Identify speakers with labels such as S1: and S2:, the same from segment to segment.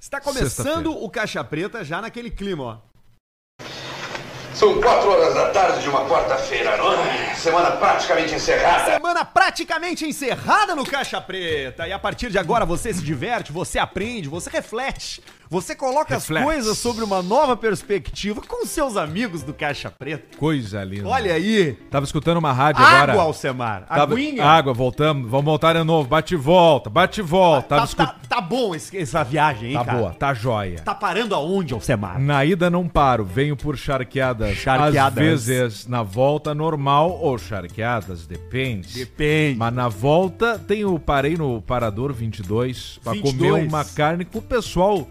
S1: Está começando o Caixa Preta já naquele clima, ó.
S2: São quatro horas da tarde de uma quarta-feira, não é? Semana praticamente encerrada.
S1: Semana praticamente encerrada no Caixa Preta. E a partir de agora você se diverte, você aprende, você reflete. Você coloca as
S3: Reflete.
S1: coisas sobre uma nova perspectiva com seus amigos do Caixa Preta.
S3: Coisa linda.
S1: Olha aí.
S3: Tava escutando uma rádio agora.
S1: Água, Alcemar.
S3: Tava- Ah,
S1: Aguinha.
S3: Água, voltamos. Vamos voltar de novo. Bate e volta, bate e volta. Tava
S1: Tá,
S3: escu-
S1: tá- tá bom esse- essa viagem, hein,
S3: Tá
S1: cara?
S3: boa, Hum. tá joia.
S1: Tá parando aonde, Alcemar?
S3: Na ida não paro, venho por charqueadas.
S1: Charqueadas.
S3: Às vezes na volta normal ou charqueadas, depende.
S1: Depende.
S3: Mas na volta tenho, parei no Parador 22 pra
S1: 22.
S3: comer uma carne com o pessoal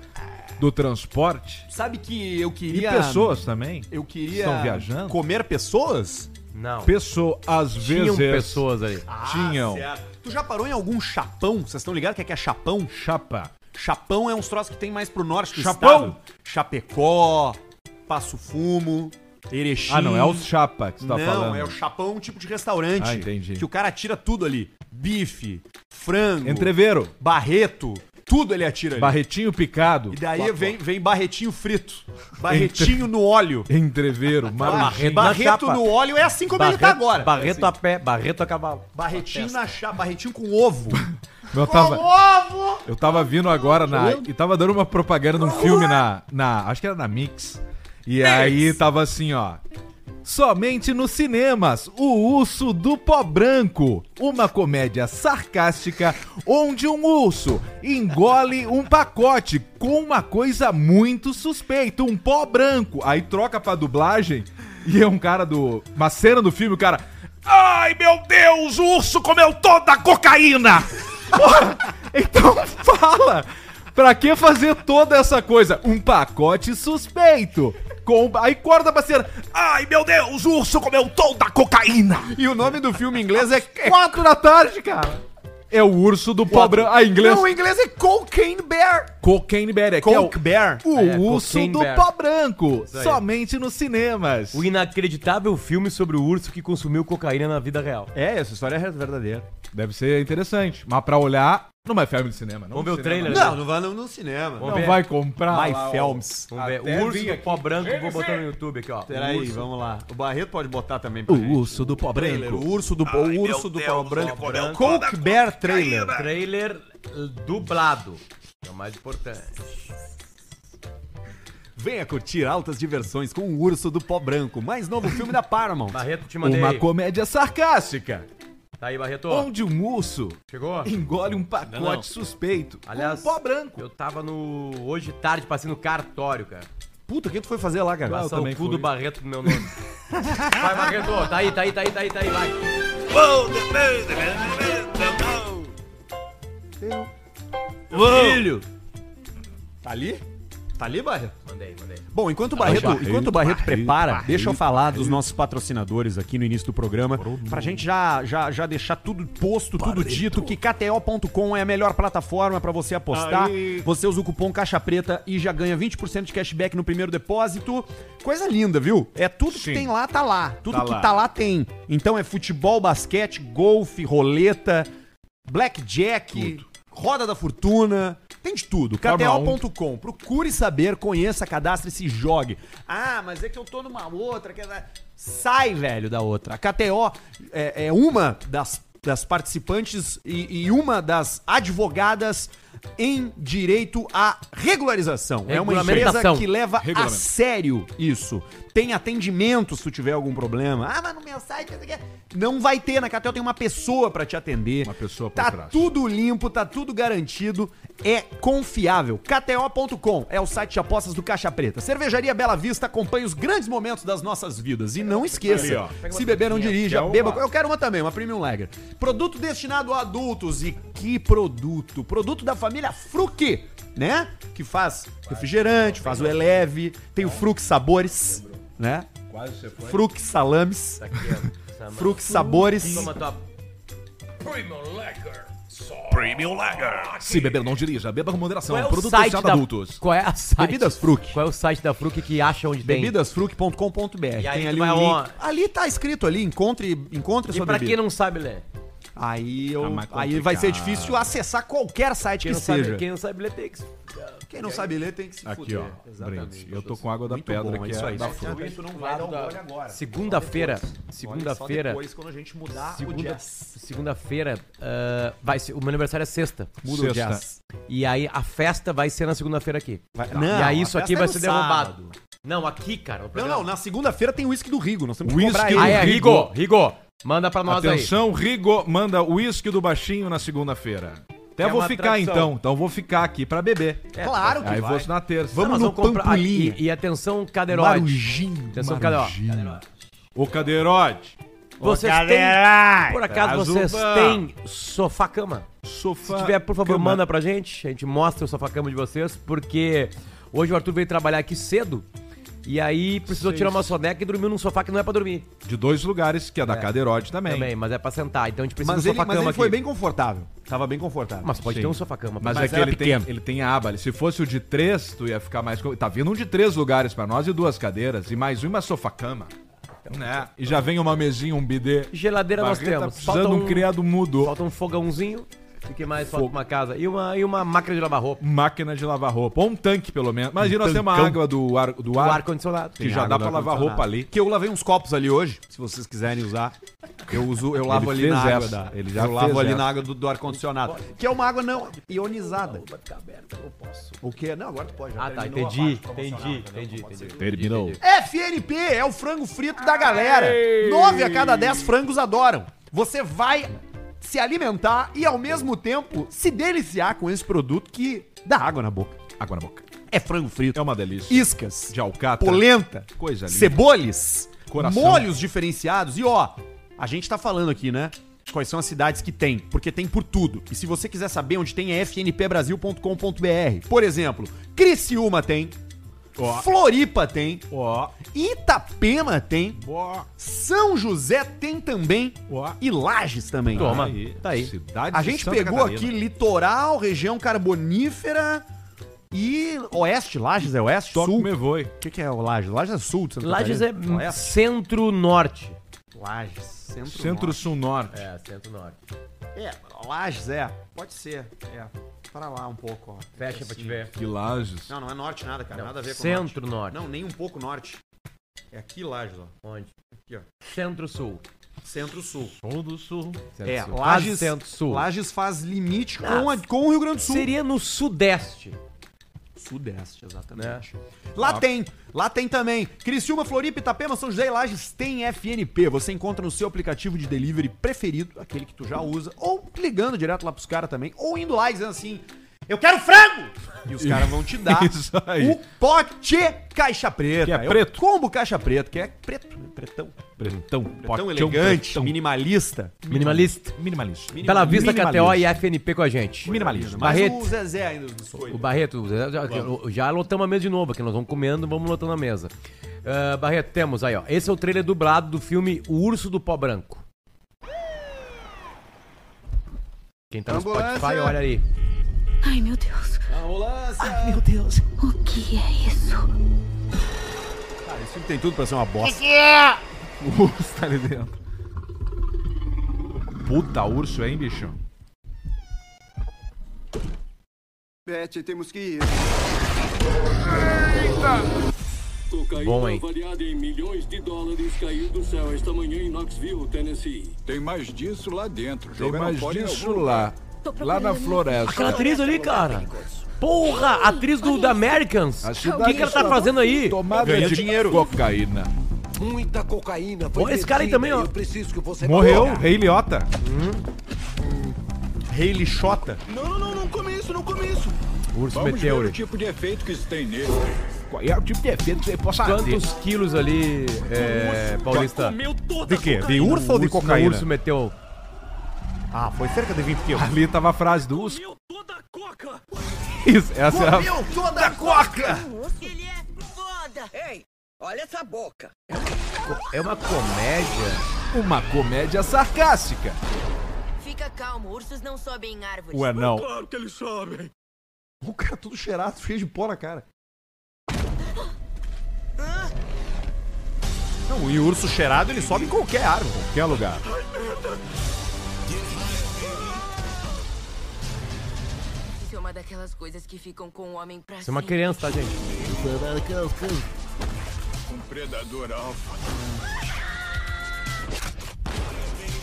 S3: do transporte.
S1: Sabe que eu
S3: E
S1: queria...
S3: pessoas também.
S1: Eu queria...
S3: Estão viajando?
S1: Comer pessoas?
S4: Não.
S3: Pessoas, às
S4: Tinham
S3: vezes.
S4: pessoas ali.
S1: Ah,
S3: Tinham.
S1: certo. Tu já parou em algum chapão? Vocês estão ligados que é que é chapão?
S3: Chapa.
S1: Chapão é uns troços que tem mais pro norte do
S3: Chapão?
S1: estado. Chapecó, Passo Fumo, Erechim.
S3: Ah, não, é os chapa que você tá
S1: Não,
S3: falando.
S1: é o chapão, um tipo de restaurante.
S3: Ah, entendi.
S1: Que o cara atira tudo ali. Bife, frango,
S3: Entreveiro.
S1: barreto, tudo ele atira ali.
S3: Barretinho picado.
S1: E daí vem, vem barretinho frito. Barretinho no óleo. Ah,
S3: Entreveiro,
S1: Barreto,
S3: marujinho.
S4: chapa.
S1: no óleo é assim como ele tá
S4: Barreto-
S1: agora.
S4: Barreto a pé, Barreto a cavalo.
S1: Barretinho na chapa, barretinho com ovo.
S3: Eu
S1: Com
S3: tava,
S1: ovo!
S3: eu tava vindo agora na. E tava dando uma propaganda num filme na. na acho que era na Mix. E aí tava assim, ó. Somente nos cinemas, o urso do pó branco. Uma comédia sarcástica onde um urso engole um pacote com uma coisa muito suspeita, um pó branco. Aí troca pra dublagem e é um cara do. Uma cena do filme, o cara. Ai meu Deus, o urso comeu toda a cocaína! Porra, então fala! Pra que fazer toda essa coisa? Um pacote suspeito! Com... Aí corta pra cena. Ai meu Deus, o urso comeu toda a cocaína!
S1: E o nome do filme em inglês é
S3: Quatro da tarde, cara! É o urso do pobre. Ah, inglês.
S1: Não, em inglês é Cocaine Bear.
S3: Cocaine Bear, é que é o,
S1: Coke Bear.
S3: o
S4: É,
S3: urso
S4: Cocaine
S3: do
S4: Bear.
S3: pó branco.
S4: aí.
S3: Somente nos cinemas.
S4: O inacreditável filme sobre o urso que consumiu cocaína na vida real.
S1: É, essa história é verdadeira.
S3: Deve ser interessante. Mas pra olhar, não vai filme de cinema. Não
S4: Vamos ver o
S3: cinema.
S4: trailer.
S1: Não, não vai no, no cinema.
S3: Não
S4: Vamos ver.
S3: vai comprar.
S1: My
S3: lá, ó.
S1: Films.
S4: Vamos ver.
S3: Até
S4: O urso
S3: vim
S4: do
S3: aqui.
S4: pó branco, vou botar no YouTube aqui, ó.
S1: Peraí,
S4: O urso-
S1: vamos lá. O Barreto pode botar também pra
S3: O
S1: gente.
S3: urso do pó
S1: Trailer,
S3: branco.
S1: o urso do o urso do pau branco.
S4: branco.
S1: Coke Bear Trailer.
S4: Trailer eh, dublado. É o mais importante.
S1: Venha curtir altas diversões com o urso do pó branco, mais novo filme da Paramount.
S4: Barreto, te mandei.
S3: Uma comédia sarcástica,
S4: Tá aí, Barreto.
S3: onde um urso
S4: Chegou?
S3: engole um pacote
S4: Não, não.
S3: suspeito
S4: Aliás,
S3: com pó branco.
S4: Eu tava no. Hoje tarde, passei no cartório, cara.
S1: Puta, o que tu foi fazer lá, cara?
S3: Ah, eu
S4: Passar
S3: também
S4: o cu
S3: fui.
S4: do Barreto no meu nome. Vai, Barreto. Tá aí, tá aí, tá aí, tá aí, tá aí. Vai.
S1: Filho! Tá ali? Tá ali, Barreto?
S4: Mandei, mandei.
S1: Bom, enquanto o Barreto,
S3: Barreto,
S1: enquanto o Barreto
S3: Barreto,
S1: prepara,
S3: Barreto.
S1: deixa eu falar dos nossos patrocinadores aqui no início do programa, pra gente já, já, já deixar tudo posto, tudo dito, que KTO.com é a melhor plataforma pra você apostar. Você usa o cupom Caixa Preta e já ganha 20% de cashback no primeiro depósito. Coisa linda, viu? É tudo que
S3: Sim.
S1: tem lá, tá lá. Tudo
S3: Tá
S1: que
S3: lá.
S1: tá lá tem. Então é futebol, basquete, golfe, roleta, blackjack, roda da fortuna, tem de tudo.
S3: Fórmula um.
S1: KTO.com KTO.com. Procure saber, conheça, cadastre-se e jogue. Ah, mas é que eu tô numa outra. que- é Sai, velho, da outra. A KTO é, é uma das, das participantes e, e uma das advogadas em direito à regularização. É uma empresa
S4: Regulamentação.
S1: que leva a
S3: Regulamento.
S1: sério isso. Tem atendimento se tu tiver algum problema. Ah, mas no meu site... não sei o quê. Não vai ter. Na KTO tem uma pessoa pra te atender.
S3: Uma pessoa por
S1: Tá
S3: trás.
S1: tudo limpo, tá tudo garantido, é confiável. KTO.com é o site de apostas do Caixa Preta. Cervejaria Bela Vista acompanha os grandes momentos das nossas vidas. E não
S3: Ali,
S1: esqueça,
S3: ó.
S1: se beber não dirija,
S3: Quer uma?
S1: beba... Eu quero uma também, uma Premium Lager. Produto destinado a adultos. E que produto? Produto da família Fruc, né? Que faz refrigerante, faz o Eleve, tem o Fruc Sabores, né?
S3: Quase você foi.
S1: Fruc Salames,
S4: Tá aqui, ó. Essa-
S1: Fruc Sabores.
S4: Toma tua.
S3: Se beber, não dirija. Beba com moderação.
S1: Então,
S4: Qual é o
S3: Produtos
S4: site
S3: de
S4: da...
S3: adultos.
S4: Qual é a site?
S1: Bebidas Fruc.
S4: Qual é o site da Fruc que acha onde tem?
S1: Bebidasfruc.com.br.
S4: E aí
S1: Tem
S4: tu
S1: ali
S4: vai
S1: um link.
S4: aonde?
S1: Ali tá escrito ali, encontre, encontre a
S4: E
S1: sua
S4: pra Ah,
S1: bebida.
S4: quem não sabe ler?
S1: Aí, eu,
S3: Tá mais
S1: aí vai ser
S3: complicado.
S1: difícil acessar qualquer site
S4: é
S1: que
S4: Quem não, sabe,
S1: seja.
S4: quem não sabe ler tem que...
S1: Quem não sabe ler tem que se
S3: Aqui, ó. Brinde. Eu tô com água da
S1: Muito
S3: pedra
S1: bom,
S3: que
S1: isso
S3: é
S1: aí.
S3: da
S1: Só
S3: flor.
S1: Isso não vai dar um gole agora.
S4: Segunda-feira,
S1: Olha,
S4: segunda-feira,
S1: só depois, quando a gente mudar o
S4: segunda,
S1: jazz.
S4: segunda-feira, ah, vai ser, o meu aniversário é sexta.
S1: Muda o
S3: Sexta.
S1: jazz.
S4: E aí a festa vai ser na segunda-feira aqui.
S1: Não,
S4: e aí
S1: a
S4: isso
S1: festa
S4: aqui
S1: é
S4: vai
S1: no
S4: ser
S1: sábado.
S4: derrubado. Não, aqui, cara. o
S1: Não,
S4: programa-
S1: não, na segunda-feira tem o uísque do Rigo, nós temos que
S3: Uísque
S1: cobrar
S3: do
S1: ele.
S4: Ah, é,
S3: Rigo.
S4: Rigo, Rigo, manda pra nós
S3: Atenção, Rigo manda uísque do baixinho na segunda-feira. Até
S4: É
S3: vou
S4: uma
S3: ficar
S4: tradição.
S3: então, então vou ficar aqui pra beber.
S4: aí. É,
S1: Claro que
S3: Aí
S1: vai.
S3: vou na terça.
S1: Vamos
S4: nós
S1: no
S4: comprar-
S1: Pampulinha.
S4: E, e atenção, Cadeirode.
S1: Marujinho.
S4: Atenção, Cadeirode.
S3: Ô, Cadeirote,
S4: Vocês têm, por acaso,
S3: Traz
S4: vocês
S3: uma.
S4: têm sofá-cama?
S3: sofá.
S4: Se tiver, por favor,
S3: cama.
S4: manda pra gente. A gente mostra o sofá-cama de vocês, porque hoje o Arthur veio trabalhar aqui cedo e aí precisou tirar uma soneca e dormiu num sofá que não é pra dormir
S3: De dois lugares, que é da Cadeirote também.
S4: também, mas é pra sentar. Então a gente precisa
S1: Mas
S4: de um
S1: ele, mas
S4: sofá-cama
S1: ele
S4: aqui.
S1: foi bem confortável. Tava bem confortável.
S4: Mas pode
S3: Sim.
S4: ter um sofá-cama.
S3: Mas,
S4: pra-
S3: é que ele tem, ele tem aba. Se fosse o de três, tu ia ficar mais. co- Tá vindo um de três lugares pra nós e duas cadeiras. E mais uma sofacama. Né? E já vem uma mesinha, um bidê.
S4: Geladeira nós
S3: Barreto tá
S4: temos.
S3: precisando um... criado mudo.
S4: Falta um fogãozinho. O que mais falta uma casa? E uma, e uma máquina de lavar roupa.
S3: Máquina de lavar roupa. Ou um tanque, pelo menos.
S1: Um
S3: Imagina, nós temos uma
S1: tancão.
S3: água do ar, do
S4: O
S3: ar,
S4: ar-condicionado.
S3: que já
S1: água
S3: dá
S1: do
S3: pra lavar
S1: ar-condicionado.
S3: roupa ali.
S1: Que eu lavei uns copos ali hoje, se vocês quiserem usar. Eu uso, eu lavo ali
S3: fez
S1: na água.
S3: essa.
S1: Da,
S3: Ele já
S1: eu lavo
S3: fez
S1: ali
S3: essa.
S1: na água do, do ar-condicionado. Que é uma água não ionizada. O que? Não, agora tu pode. já
S4: Ah, tá.
S1: terminou a
S4: Entendi,
S1: parte promocional,
S4: entendi,
S1: entendeu?
S4: entendi, entendi.
S3: Terminou.
S1: FNP é o frango frito da galera. Nove a cada dez frangos adoram. Você vai se alimentar e ao mesmo tempo se deliciar com esse produto que dá água na boca.
S3: Água na boca.
S1: É frango frito.
S3: É uma delícia.
S1: Iscas.
S3: De alcatra.
S1: polenta,
S3: Coisa linda.
S1: ceboles,
S3: Coração.
S1: molhos diferenciados. E ó, a gente tá falando aqui, né? Quais são as cidades que tem, porque tem por tudo. E se você quiser saber onde tem, é fnpbrasil.com.br. Por exemplo, Criciúma tem,
S3: Ó.
S1: Floripa tem,
S3: Ó,
S1: Itapema tem,
S3: ó,
S1: São José tem também
S3: ó.
S1: e Lages também.
S4: Toma.
S3: Tá
S4: Tá
S3: aí.
S4: aí.
S3: Cidade
S1: A
S3: de
S1: gente
S3: Santa
S1: pegou
S3: Catarina.
S1: aqui litoral, região carbonífera e oeste. Lages é oeste?
S3: Só
S1: sul?
S3: como foi.
S1: O que, que é o Lages? Lages é sul de Santa
S4: Lages é
S1: Catarina? Oeste?
S4: centro-norte.
S1: Lages, centro. norte.
S3: Centro-Sul Norte.
S4: É, centro-norte.
S1: É, Lages é. Pode ser. É. Pra lá um pouco, ó.
S4: Fecha pra te ver.
S3: Que lajes.
S1: Não, não é norte nada, cara.
S4: Não,
S1: nada a ver com
S4: centro
S1: norte.
S4: norte.
S1: Não, nem um pouco norte. É aqui Lages, ó.
S4: Onde?
S1: Aqui, ó.
S4: Centro-sul.
S1: Centro-sul.
S3: Sul do Sul.
S1: É, Lages,
S4: Sul. Quase centro-sul.
S1: Lages faz limite com,
S4: Ah,
S1: a- com o Rio Grande do Sul.
S4: Seria no sudeste.
S1: Sudeste, exatamente. Né? Lá tem, lá tem também. Criciúma, Floripa, Itapema, São José e Lages tem FNP. Você encontra no seu aplicativo de delivery preferido, aquele que tu já usa, ou ligando direto lá pros caras também, ou indo lá e dizendo assim, eu quero frango! E os caras vão te dar
S3: Isso aí.
S1: o pote caixa preta.
S3: Que é
S1: o
S3: preto.
S1: combo caixa preta, que é preto, né? pretão. Pretão
S3: Pretão. potão,
S1: é elegante,
S3: pretão.
S1: minimalista.
S4: Minimalista.
S3: Minimalista.
S4: Bela Vista, KTO e
S3: Minimalista.
S4: FNP com a gente.
S3: Minimalista.
S1: Mas
S4: Barreto.
S1: o Zezé ainda nos foi.
S4: O Barreto, já, já- já lotamos a mesa de novo, aqui nós vamos comendo, vamos lotando a mesa. Ah, Barreto, temos aí, ó. Esse é o trailer dublado do filme O Urso do Pó Branco. Quem tá no
S1: Ambulância.
S4: Spotify, olha aí.
S5: Ai, meu Deus.
S1: Ambulância!
S5: Meu Deus. O que é isso?
S1: Ah, esse filme tem tudo pra ser uma bosta.
S3: O urso tá ali dentro. Puta urso, hein, bicho?
S6: Pet, temos que ir.
S7: Cocaína
S4: Bom, hein?
S7: avaliada em milhões de dólares caiu do céu esta manhã em Knoxville, Tennessee.
S6: Tem mais disso lá dentro.
S3: Tem mais disso
S6: lá.
S3: lá. Lá na floresta.
S4: Aquela atriz ali, cara. Porra, atriz do The Americans.
S3: A
S4: O
S3: cidade
S4: que, que ela tá
S3: está
S4: fazendo aí?
S3: Tomada
S1: Ganha
S3: de
S1: dinheiro.
S3: cocaína.
S8: Muita cocaína foi
S4: Ó, esse cara aí
S8: detida
S4: também, ó.
S8: e Eu preciso que você
S3: Morreu, Rei Liotta.
S1: Rei Lixota.
S6: Não, não, não, não come isso, não come isso.
S3: Urso
S6: Vamos ver o
S3: meteoro.
S6: tipo de efeito que isso tem nele.
S3: Qual é o tipo de efeito que você possa
S4: Quantos quilos ali, é, Paulista?
S1: De quê? De urso ou de
S4: O
S1: cocaína?
S4: urso meteu.
S1: Ah, foi cerca de 20 quilos.
S3: Ali tava a frase do urso. Isso, essa é a
S1: toda a coca!
S9: Ele é foda! Ei, olha essa boca!
S4: É uma comédia.
S3: Uma comédia sarcástica.
S9: Fica calmo, ursos não sobem em árvores.
S3: Ué, não.
S7: Claro que eles sabem.
S1: O cara todo cheirado, cheio de pó na cara. Não, e o urso cheirado, ele sobe em qualquer árvore.
S3: Qualquer lugar.
S9: é
S5: uma daquelas coisas que ficam com o homem pra
S4: Você é uma criança, tá, gente?
S6: Um predador alfa.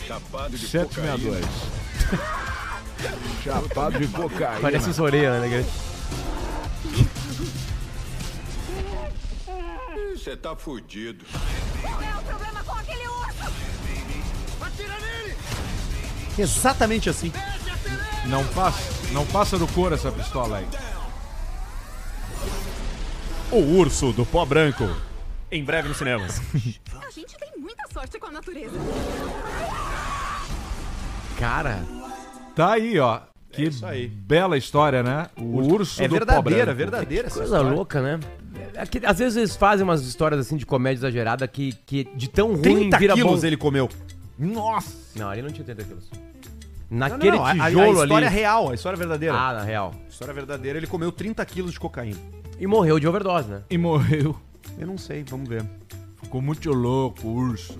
S6: Chapado de cocaína.
S10: Chapado de cocaína.
S4: Parece o Soreia, né, Gretchen?
S6: Você tá fudido.
S1: Exatamente assim.
S3: Não passa, não passa do couro essa pistola aí.
S1: O urso do pó branco. Em breve nos cinemas.
S5: A gente tem muita sorte com a natureza.
S4: Cara,
S3: Tá aí, ó. Que
S1: isso aí.
S3: bela história, né? O urso
S1: É
S3: do
S1: verdadeira,
S3: pobre.
S1: verdadeira essa
S4: coisa
S1: história.
S4: louca, né? É que às vezes eles fazem umas histórias assim de comédia exagerada que, que de tão ruim
S1: 30
S4: vira
S1: quilos
S4: bom.
S1: ele comeu.
S3: Nossa!
S4: Não, ali não tinha 30 quilos. Naquele
S1: Não, não, a- a, a
S4: tijolo
S1: história é
S4: ali.
S1: real, a história verdadeira.
S4: Ah, na é real.
S1: A história verdadeira, ele comeu 30 quilos de cocaína.
S4: E morreu de overdose, né?
S3: E morreu.
S1: Eu não sei, vamos ver.
S3: Ficou muito louco o urso.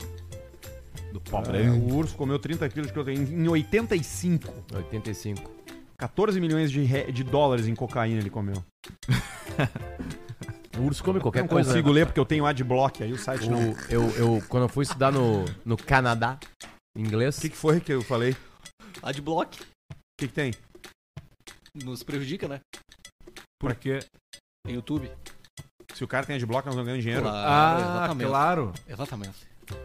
S3: Do pobre.
S1: É, o urso comeu 30 quilos de cocaína em 85.
S4: 85.
S1: 14 milhões de, re- de dólares em cocaína ele comeu.
S4: O urso come qualquer
S1: não
S4: coisa.
S1: consigo
S4: né?
S1: ler porque eu tenho adblock, aí o site não... O
S4: O- eu, eu, quando eu fui estudar no, no Canadá, inglês,
S1: que, que foi que eu falei? O
S10: Adblock
S1: que, que tem?
S10: nos prejudica, né?
S3: Porque.
S10: YouTube.
S1: Se o cara tem adblock, nós não ganhamos dinheiro.
S10: Claro,
S3: Ah, claro.
S10: Exatamente.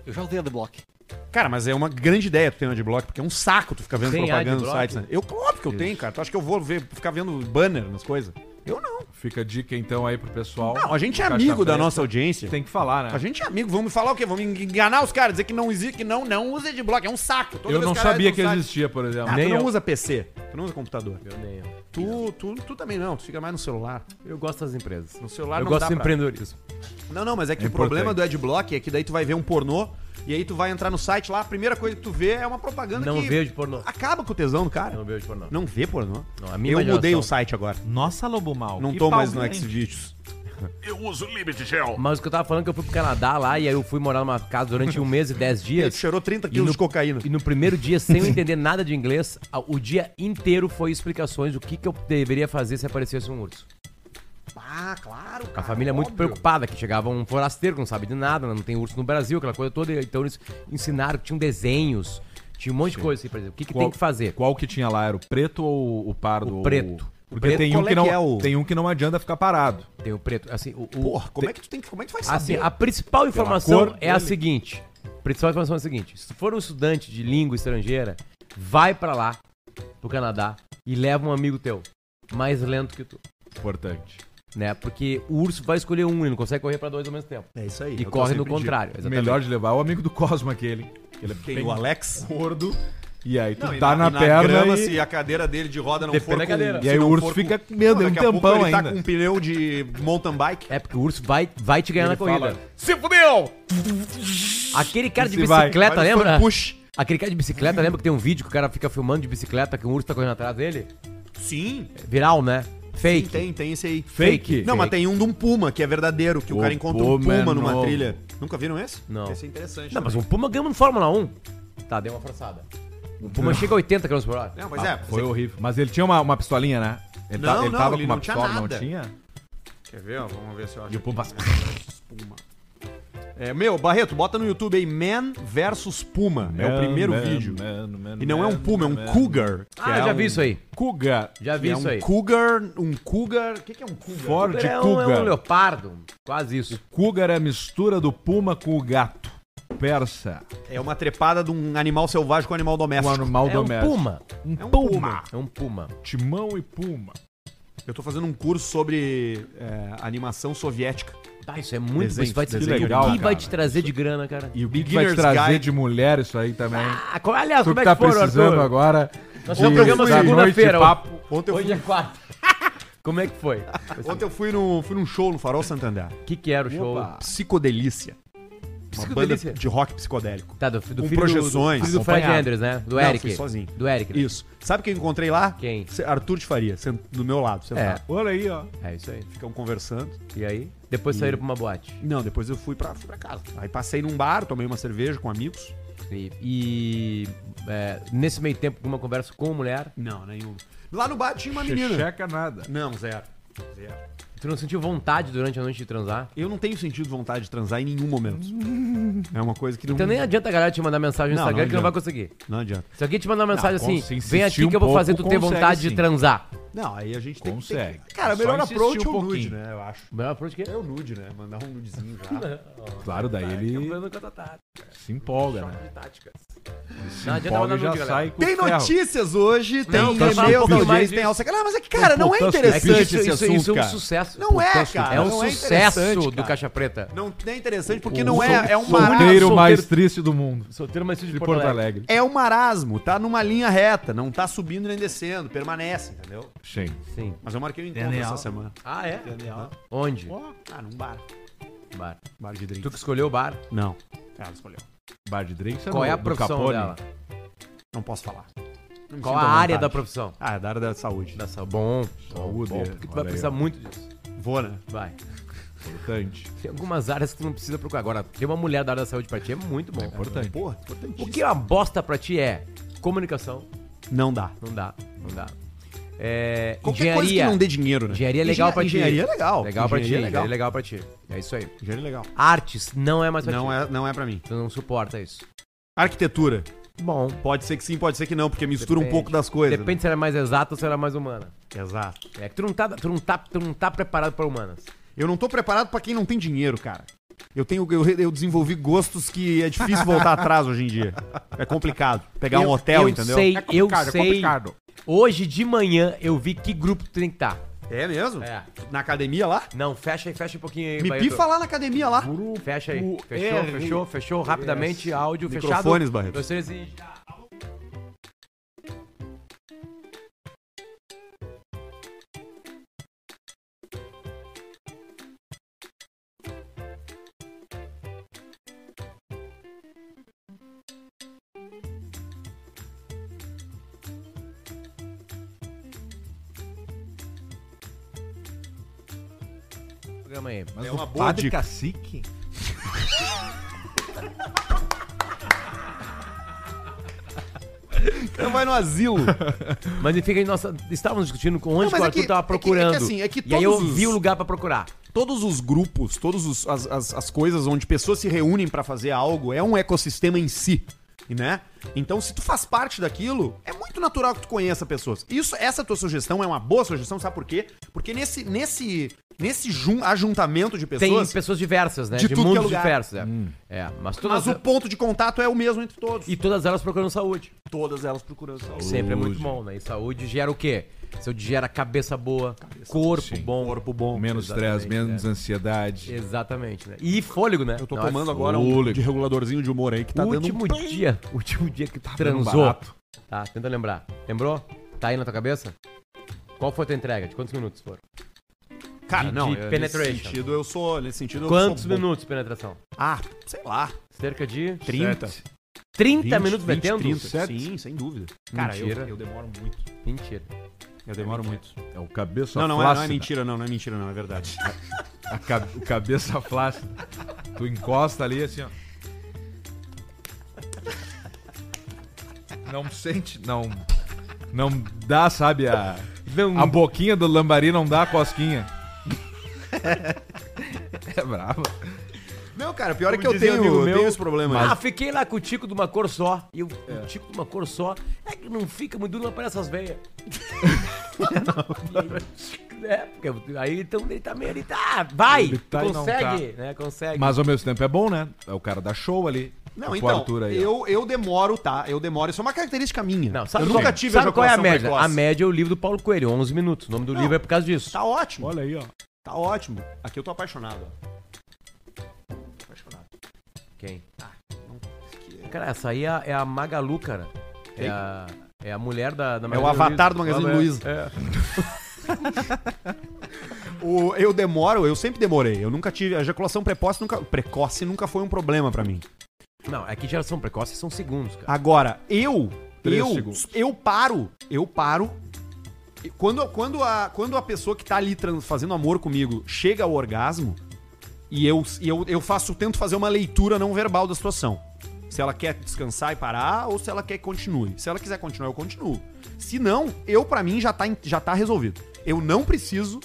S10: Eu já usei Adblock.
S1: Cara, mas é uma grande ideia tu ter um adblock, porque é um saco tu ficar vendo
S4: Tem
S1: propaganda nos
S4: adblock?
S1: sites. Né? Eu, óbvio que eu tenho, cara. Tu acha que eu vou ver, ficar vendo banner nas coisas? Eu não.
S3: Fica a dica então aí pro pessoal.
S1: Não, a gente é
S3: Caixa
S1: amigo da
S3: preta.
S1: nossa audiência.
S3: Tem que falar,
S1: A
S3: né?
S1: gente é amigo, vamos falar o quê? Vamos enganar os caras, dizer que não existe, que não, não usa adblock, é um saco. Toda
S3: Eu
S1: vez
S3: não
S1: os caras
S3: sabia
S1: entram
S3: que
S1: no site-
S3: existia, por exemplo.
S1: Ah,
S4: Nem
S1: tu não
S4: eu.
S1: usa PC, tu não usa computador.
S4: eu nem eu.
S1: Tu, tu, tu também não, tu fica mais no celular.
S4: Eu gosto das empresas.
S1: No celular
S4: eu
S1: não dá
S4: gosto do
S1: pra-
S4: empreendedorismo.
S1: Não, não, mas é que
S3: É
S1: o problema do
S3: importante.
S1: adblock é que daí tu vai ver um pornô e aí tu vai entrar no site lá, a primeira coisa que tu vê é uma propaganda
S4: Não
S1: que
S4: vejo pornô.
S1: acaba com o tesão do cara.
S4: Não vejo pornô.
S1: Não vê pornô?
S4: Não, a minha
S1: Eu
S4: imaginação.
S1: mudei o site agora.
S3: Nossa, Lobo Mal.
S1: Não
S3: que
S1: tô
S3: pau
S1: mais no
S3: grande.
S1: Xvideos.
S4: Mas o que eu tava falando é que eu fui pro Canadá lá e aí eu fui morar numa casa durante um mês e dez
S1: Ele
S4: dias.
S1: cheirou 30 quilos
S4: no-
S1: de cocaína.
S4: E no primeiro dia, sem eu entender nada de inglês, a- o dia inteiro foi explicações do que, que eu deveria fazer se aparecesse um urso.
S1: Ah, claro, cara.
S4: A família é muito
S1: óbvio.
S4: preocupada, que chegava um forasteiro que não sabe de nada, né? não tem urso no Brasil, aquela coisa toda. Então eles ensinaram, tinham desenhos, tinha um monte de coisa assim, por exemplo. O que, que
S3: Qual-
S4: tem que fazer?
S3: Qual que tinha lá? Era o preto ou o pardo?
S4: O
S3: ou
S4: preto.
S3: Porque
S1: O preto,
S3: tem, um
S1: qual é
S3: que não,
S1: que é o-
S3: tem um que não adianta ficar parado.
S4: Tem o preto, assim, o... o-
S1: Porra, como é que tu tem que, como é que tu vai saber?
S4: Assim, a principal informação
S3: cor
S4: é a seguinte. A principal informação é a seguinte. Se for um estudante de língua estrangeira, vai pra lá, pro Canadá, e leva um amigo teu, mais lento que tu.
S3: Importante.
S4: né? Porque o urso vai escolher um, ele não consegue correr pra dois ao mesmo tempo.
S1: É isso aí.
S4: E
S1: é o que
S4: corre
S1: eu sempre
S4: no
S1: digo.
S4: contrário, exatamente.
S3: Melhor de levar é o amigo do Cosmo aquele. Ele é
S1: Quem?
S3: bem
S1: O Alex?
S3: gordo. E aí tu
S1: Não, e
S3: tá na,
S1: e
S3: perna
S1: grama, assim,
S3: e...
S1: se a cadeira dele de roda não
S4: Depende
S1: for
S4: da
S1: com-
S4: cadeira.
S1: se
S3: E aí
S1: não
S3: o urso
S1: for
S3: fica-
S1: com-
S3: meu, deu um
S1: daqui a pouco
S3: tempão
S1: ele tá
S3: ainda.
S1: com um pneu de mountain bike.
S4: É porque o urso vai, vai te ganhar
S3: Ele
S4: na corrida.
S3: fala,
S1: Se fudeu!
S4: Aquele cara de
S3: Se vai,
S4: bicicleta,
S1: vai no
S4: lembra?
S1: front push.
S4: Aquele cara de bicicleta, lembra que tem um vídeo que o cara fica filmando de bicicleta, que um urso tá correndo atrás dele?
S1: Sim.
S4: Viral, né? Fake.
S1: Tem, tem esse aí.
S4: Fake.
S1: Não, mas tem um de um puma, que é verdadeiro, que o,
S3: O
S1: cara encontra um
S3: puma é
S1: puma numa
S3: novo.
S1: trilha. Nunca viram esse?
S4: Não.
S1: Esse é interessante.
S4: Não, mas
S1: também.
S4: um Puma ganhou no Fórmula 1. Tá, deu uma forçada. O Puma chega a 80 km por hora.
S1: Não, mas
S3: Ah,
S1: é.
S3: foi horrível. Mas ele tinha uma, uma pistolinha, né? Ele,
S1: Não,
S3: ele
S1: não,
S3: tava
S1: ele
S3: com uma
S1: não tinha
S3: pistola,
S1: nada.
S3: não tinha?
S1: Quer ver? ó? Vamos ver se eu acho.
S3: E o Puma
S1: Puma. É, meu, Barreto, bota no YouTube aí Man versus Puma. é o primeiro vídeo. e não é um Puma, é um cougar. que
S4: Ah,
S1: é
S4: eu já
S1: um-
S4: vi isso aí.
S3: Cougar.
S4: Já vi
S1: É
S4: isso
S1: um
S4: aí.
S1: cougar, um cougar... O que, que é um cougar?
S3: Ford
S4: É um, é um
S3: Cougar.
S4: leopardo. Quase isso.
S3: Cougar é a mistura do Puma com o gato. Persa.
S1: É uma trepada de um animal selvagem com um animal
S3: Um
S1: doméstico.
S3: animal
S4: É um
S3: doméstico.
S4: Puma.
S3: Um
S1: É um
S3: puma.
S1: puma.
S4: É um Puma.
S3: Timão e Puma.
S1: Eu tô fazendo um curso sobre é, animação soviética.
S4: Tá, isso é muito
S1: Desenho,
S4: isso vai te,
S1: desenho
S4: O
S3: legal,
S4: que vai
S3: cara.
S4: te trazer de grana, cara?
S3: E o que que vai
S1: Beginner's
S3: te trazer
S1: Guide.
S3: de mulher isso aí também?
S4: Ah, qual, aliás,
S3: tu
S4: como
S3: que
S4: é
S3: tá
S4: que foram,
S3: precisando
S4: Arthur?
S3: agora.
S4: Nós
S3: de-
S4: temos programa
S3: da
S4: segunda-feira.
S3: noite, papo.
S1: Ontem eu
S4: Hoje é
S1: fui,
S4: quarta. Como é que foi?
S1: ontem eu fui, no, fui num show no Farol Santander.
S4: O que, que era o show?
S3: Opa.
S1: Psicodelícia. Uma banda
S4: Psicodelícia.
S1: de rock psicodélico.
S4: Tá, do, do
S1: Com
S4: filho do-
S1: projeções,
S4: Do, filho do Fred
S1: acompanhado.
S4: Andrews, né? Do
S1: Não,
S4: Eric.
S1: fui sozinho.
S4: Do Eric. né?
S1: Isso. Sabe quem eu encontrei lá?
S4: Quem?
S1: Se- Arthur de Faria, sent- do meu lado, sentado.
S3: Olha aí, ó.
S4: É isso aí.
S1: Ficamos conversando.
S4: E aí? Depois saíram pra uma boate.
S1: Não, depois eu fui pra, fui pra casa. Aí passei num bar, tomei uma cerveja com amigos.
S4: E, e, é, nesse meio tempo, alguma conversa com mulher,
S1: Não, nenhuma. Lá no bar tinha uma
S3: Você
S1: menina.
S3: checa nada.
S1: Não, zero. Zero.
S4: tu não sentiu vontade durante a noite de transar?
S1: Eu não tenho sentido vontade de transar em nenhum momento. É uma coisa que não.
S4: Então nem adianta a galera te mandar mensagem no
S1: Não,
S4: Instagram
S1: não
S4: que não vai
S1: adianta.
S4: conseguir.
S1: Não adianta.
S4: Se alguém te mandar uma mensagem
S3: com-
S4: assim,
S3: se
S4: vem aqui
S3: insistir
S4: que eu
S3: um
S4: vou
S3: pouco,
S4: fazer tu ter
S3: consegue
S4: vontade de
S3: sim.
S4: transar.
S1: Não, aí a gente tem que- tem que.
S3: Consegue.
S1: Cara, o
S3: Só
S1: melhor
S3: insistir
S1: approach é
S3: um
S1: o nude,
S3: pouquinho.
S1: né? Eu acho.
S4: Melhor approach que
S1: É o nude, né? Mandar um nudezinho já.
S3: Claro,
S4: Tá,
S3: daí
S4: é um
S3: ele se empolga, né? Se
S4: Não adianta
S3: empolga
S4: mandar
S3: e já
S4: nude,
S3: sai com
S1: tem
S3: ferro.
S1: notícias hoje, tem
S4: Não,
S1: e-mail
S4: tá um
S1: da
S4: pouquinho mais
S1: audiência, tem
S4: disso.
S1: alça. Cara, mas é que, cara, não é
S3: Puta,
S1: interessante
S3: bicho,
S1: esse
S4: isso, isso,
S1: assunto,
S4: isso é um
S1: cara.
S4: sucesso.
S1: Não é,
S4: Fantástico.
S1: cara,
S4: É um
S1: não é
S4: sucesso
S1: interessante,
S4: do
S1: cara.
S4: Caixa Preta.
S1: Não é interessante porque
S3: O
S1: não é,
S3: sol-
S1: é um
S3: solteiro
S1: marasmo.
S3: mais triste do mundo.
S4: Solteiro mais
S3: De Porto Alegre.
S1: É um marasmo, tá numa linha reta, não tá subindo nem descendo, permanece, entendeu?
S3: Sim.
S4: Sim.
S1: Mas eu marquei um encontro essa semana.
S4: Ah, é? Onde?
S1: Ah, num bar.
S4: Bar.
S1: Bar de drink.
S4: Tu que escolheu o bar.
S1: Não. Ela escolheu.
S3: Bar de Drake, você
S4: Qual
S3: não-
S4: é
S3: Tá
S4: a
S3: do
S4: profissão
S3: Capone?
S4: dela?
S1: Não posso falar. Não me
S4: Qual
S1: sinto
S4: a
S1: à
S4: área
S1: vontade.
S4: da profissão?
S1: Ah, é da área da saúde.
S4: Da saúde. Bom,
S3: Saúde,
S4: bom,
S3: é.
S4: porque tu
S3: Olha
S4: vai
S3: aí,
S4: precisar
S3: ó.
S4: muito disso.
S1: Vou, né?
S4: Vai.
S3: Importante.
S4: Tem algumas áreas que tu não precisa procurar. Agora, ter uma mulher da área da saúde pra ti é muito bom.
S3: Importante.
S1: Porra,
S4: O
S1: importantíssimo.
S4: que é uma bosta pra ti é comunicação.
S1: Não dá.
S4: Não dá, não dá. É,
S1: Qualquer
S4: engenharia.
S1: coisa que não dê dinheiro, né?
S4: Engenharia é legal
S1: Engenha-
S4: pra ti.
S1: Engenharia é legal.
S4: Legal pra ti.
S1: Engenharia é legal.
S4: Engenharia é legal pra ti. É isso aí.
S1: Engenharia é legal.
S4: Artes não é mais pra
S1: Não
S4: ti.
S1: é, não é pra mim.
S4: Tu não suporta isso.
S1: Arquitetura.
S4: Bom.
S1: Pode ser que sim, pode ser que não, porque mistura um
S4: Depende.
S1: pouco das coisas.
S4: Depende se ela é mais exata ou se ela é mais humana.
S1: né? Exato.
S4: É que tu não tá, tu não tá, tu não tá preparado pra humanas.
S1: Eu não tô preparado pra quem não tem dinheiro, cara. Eu tenho, eu, eu desenvolvi gostos que é difícil voltar atrás hoje em dia. É complicado. Pegar um
S4: Eu-
S1: hotel,
S4: eu
S1: entendeu?
S4: Sei, eu
S3: complicado, é
S4: sei.
S3: complicado.
S4: Hoje de manhã eu vi que grupo tu tem que estar.
S1: É mesmo?
S4: É.
S1: Na academia lá?
S4: Não, fecha aí, fecha um pouquinho aí.
S1: Me
S4: Barreto.
S1: pifa lá na academia lá.
S4: Fecha aí. Fechou, fechou, fechou. Rapidamente, áudio fechado.
S1: Microfones, Barreto.
S4: Dois, três e já. Programa aí.
S3: Mas
S1: É
S3: o
S1: uma boa
S3: padre
S1: dica.
S3: cacique?
S1: Então vai no asilo.
S4: Mas enfim, aí nós estávamos discutindo com
S1: Não,
S4: onde
S1: mas
S4: que o
S1: é
S4: Arthur
S1: que-
S4: tava
S1: é que- é que
S4: procurando.
S1: assim, é que
S4: e aí eu
S1: todos os-
S4: vi o lugar pra procurar.
S1: todos os grupos, todas os- as, as, as coisas onde pessoas se reúnem pra fazer algo é um ecossistema em si, né? Então, se tu faz parte daquilo, é muito natural que tu conheça pessoas. Isso, essa tua sugestão é uma boa sugestão, sabe por quê? Porque nesse nesse nesse jun, ajuntamento de
S4: Tem
S1: pessoas,
S4: pessoas, diversas, né?
S1: De
S4: De,
S1: tudo que é
S4: mundos
S1: lugar.
S4: diversos. É. É, mas todas
S1: mas o ponto de contato é o mesmo entre todos.
S4: E todas elas procuram saúde.
S1: todas elas procurando saúde.
S4: Sempre é muito bom, né? E saúde gera o quê? Saúde gera cabeça boa, corpo
S3: sim.
S4: bom.
S1: Corpo bom.
S3: Menos estresse,
S1: é.
S3: menos ansiedade.
S4: Exatamente, né? E fôlego, né?
S1: Eu tô
S4: Nossa,
S1: tomando agora um
S3: fôlego.
S1: de reguladorzinho de humor aí que tá
S4: o
S1: dando um Tá
S4: último dia, o último dia que tu
S3: dando
S4: transou.
S3: barato.
S4: Tá, tenta lembrar. Lembrou? Tá aí na tua cabeça? Qual foi a tua entrega? De quantos minutos foram?
S1: cara,
S4: de-
S1: não,
S4: de
S1: eu-
S4: penetration.
S1: nesse sentido eu sou, nesse sentido eu
S4: Quantos
S1: sou bom.
S4: minutos de penetração?
S1: Ah, sei lá,
S4: Cerca de
S1: 30.
S4: 30
S1: 20,
S4: minutos
S1: 20,
S4: metendo?
S1: 30,
S4: Certo.
S1: Sim, sem dúvida.
S4: Mentira.
S1: demoro muito.
S4: Mentira.
S1: Eu demoro muito.
S3: É o cabeça
S1: Não, não é, não
S3: flácida.
S1: é mentira, não, não é mentira, não, é verdade.
S3: A ca- o cabeça flácida. Tu encosta ali assim, ó. Não sente, não. Não dá, sabe? A,
S1: um
S3: a boquinha do lambari não dá a cosquinha. É brava.
S1: não, cara, pior é que
S4: Como
S1: eu
S4: dizia um
S1: tenho,
S4: amigo
S1: eu
S4: meu,
S1: tenho esse problema.
S4: Ah,
S1: aí. É.
S4: fiquei lá com o tico de uma cor só. E o o tico de uma cor só. É que não fica muito duro, não aparece as veias. é, porque aí então ele tá meio ali, tá, vai,
S3: Ele tá e não
S4: consegue, né, consegue.
S3: Mas ao mesmo tempo é bom, né? É o cara da show ali.
S1: Não,
S3: O
S1: então,
S3: Arthur aí, ó.
S1: eu, eu demoro, tá? Eu demoro, isso é uma característica minha.
S4: não, sabe
S1: eu
S4: qual-
S1: nunca tive
S4: sabe qual é a
S1: ejaculação
S4: média?
S1: precoce.
S4: A média é o livro do Paulo Coelho, 11 minutos. O nome do
S1: Não.
S4: livro é por causa disso.
S1: Tá ótimo,
S3: Olha aí, ó.
S1: tá ótimo. Aqui eu tô apaixonado, ó. Tô apaixonado.
S4: Quem? Cara, essa aí é a, é a Magalu, cara. É a, é a mulher da, da
S1: É o avatar do Magazine Luiza.
S4: É.
S1: O, eu demoro, eu sempre demorei. Eu nunca tive. A ejaculação precoce nunca, precoce nunca foi um problema pra mim.
S4: Não, é que geração precoce são segundos, cara.
S1: Agora, eu.
S3: Tá. Três
S1: eu,
S3: segundos.
S1: eu paro. Eu paro. E Quando, quando, a, quando a pessoa que tá ali trans- fazendo amor comigo chega ao orgasmo, e eu, e eu, eu faço, tento fazer uma leitura não verbal da situação. Se ela quer descansar e parar ou se ela quer que continue. Se ela quiser continuar, eu continuo. Se não, eu pra mim já tá, em- já tá resolvido. Eu não preciso.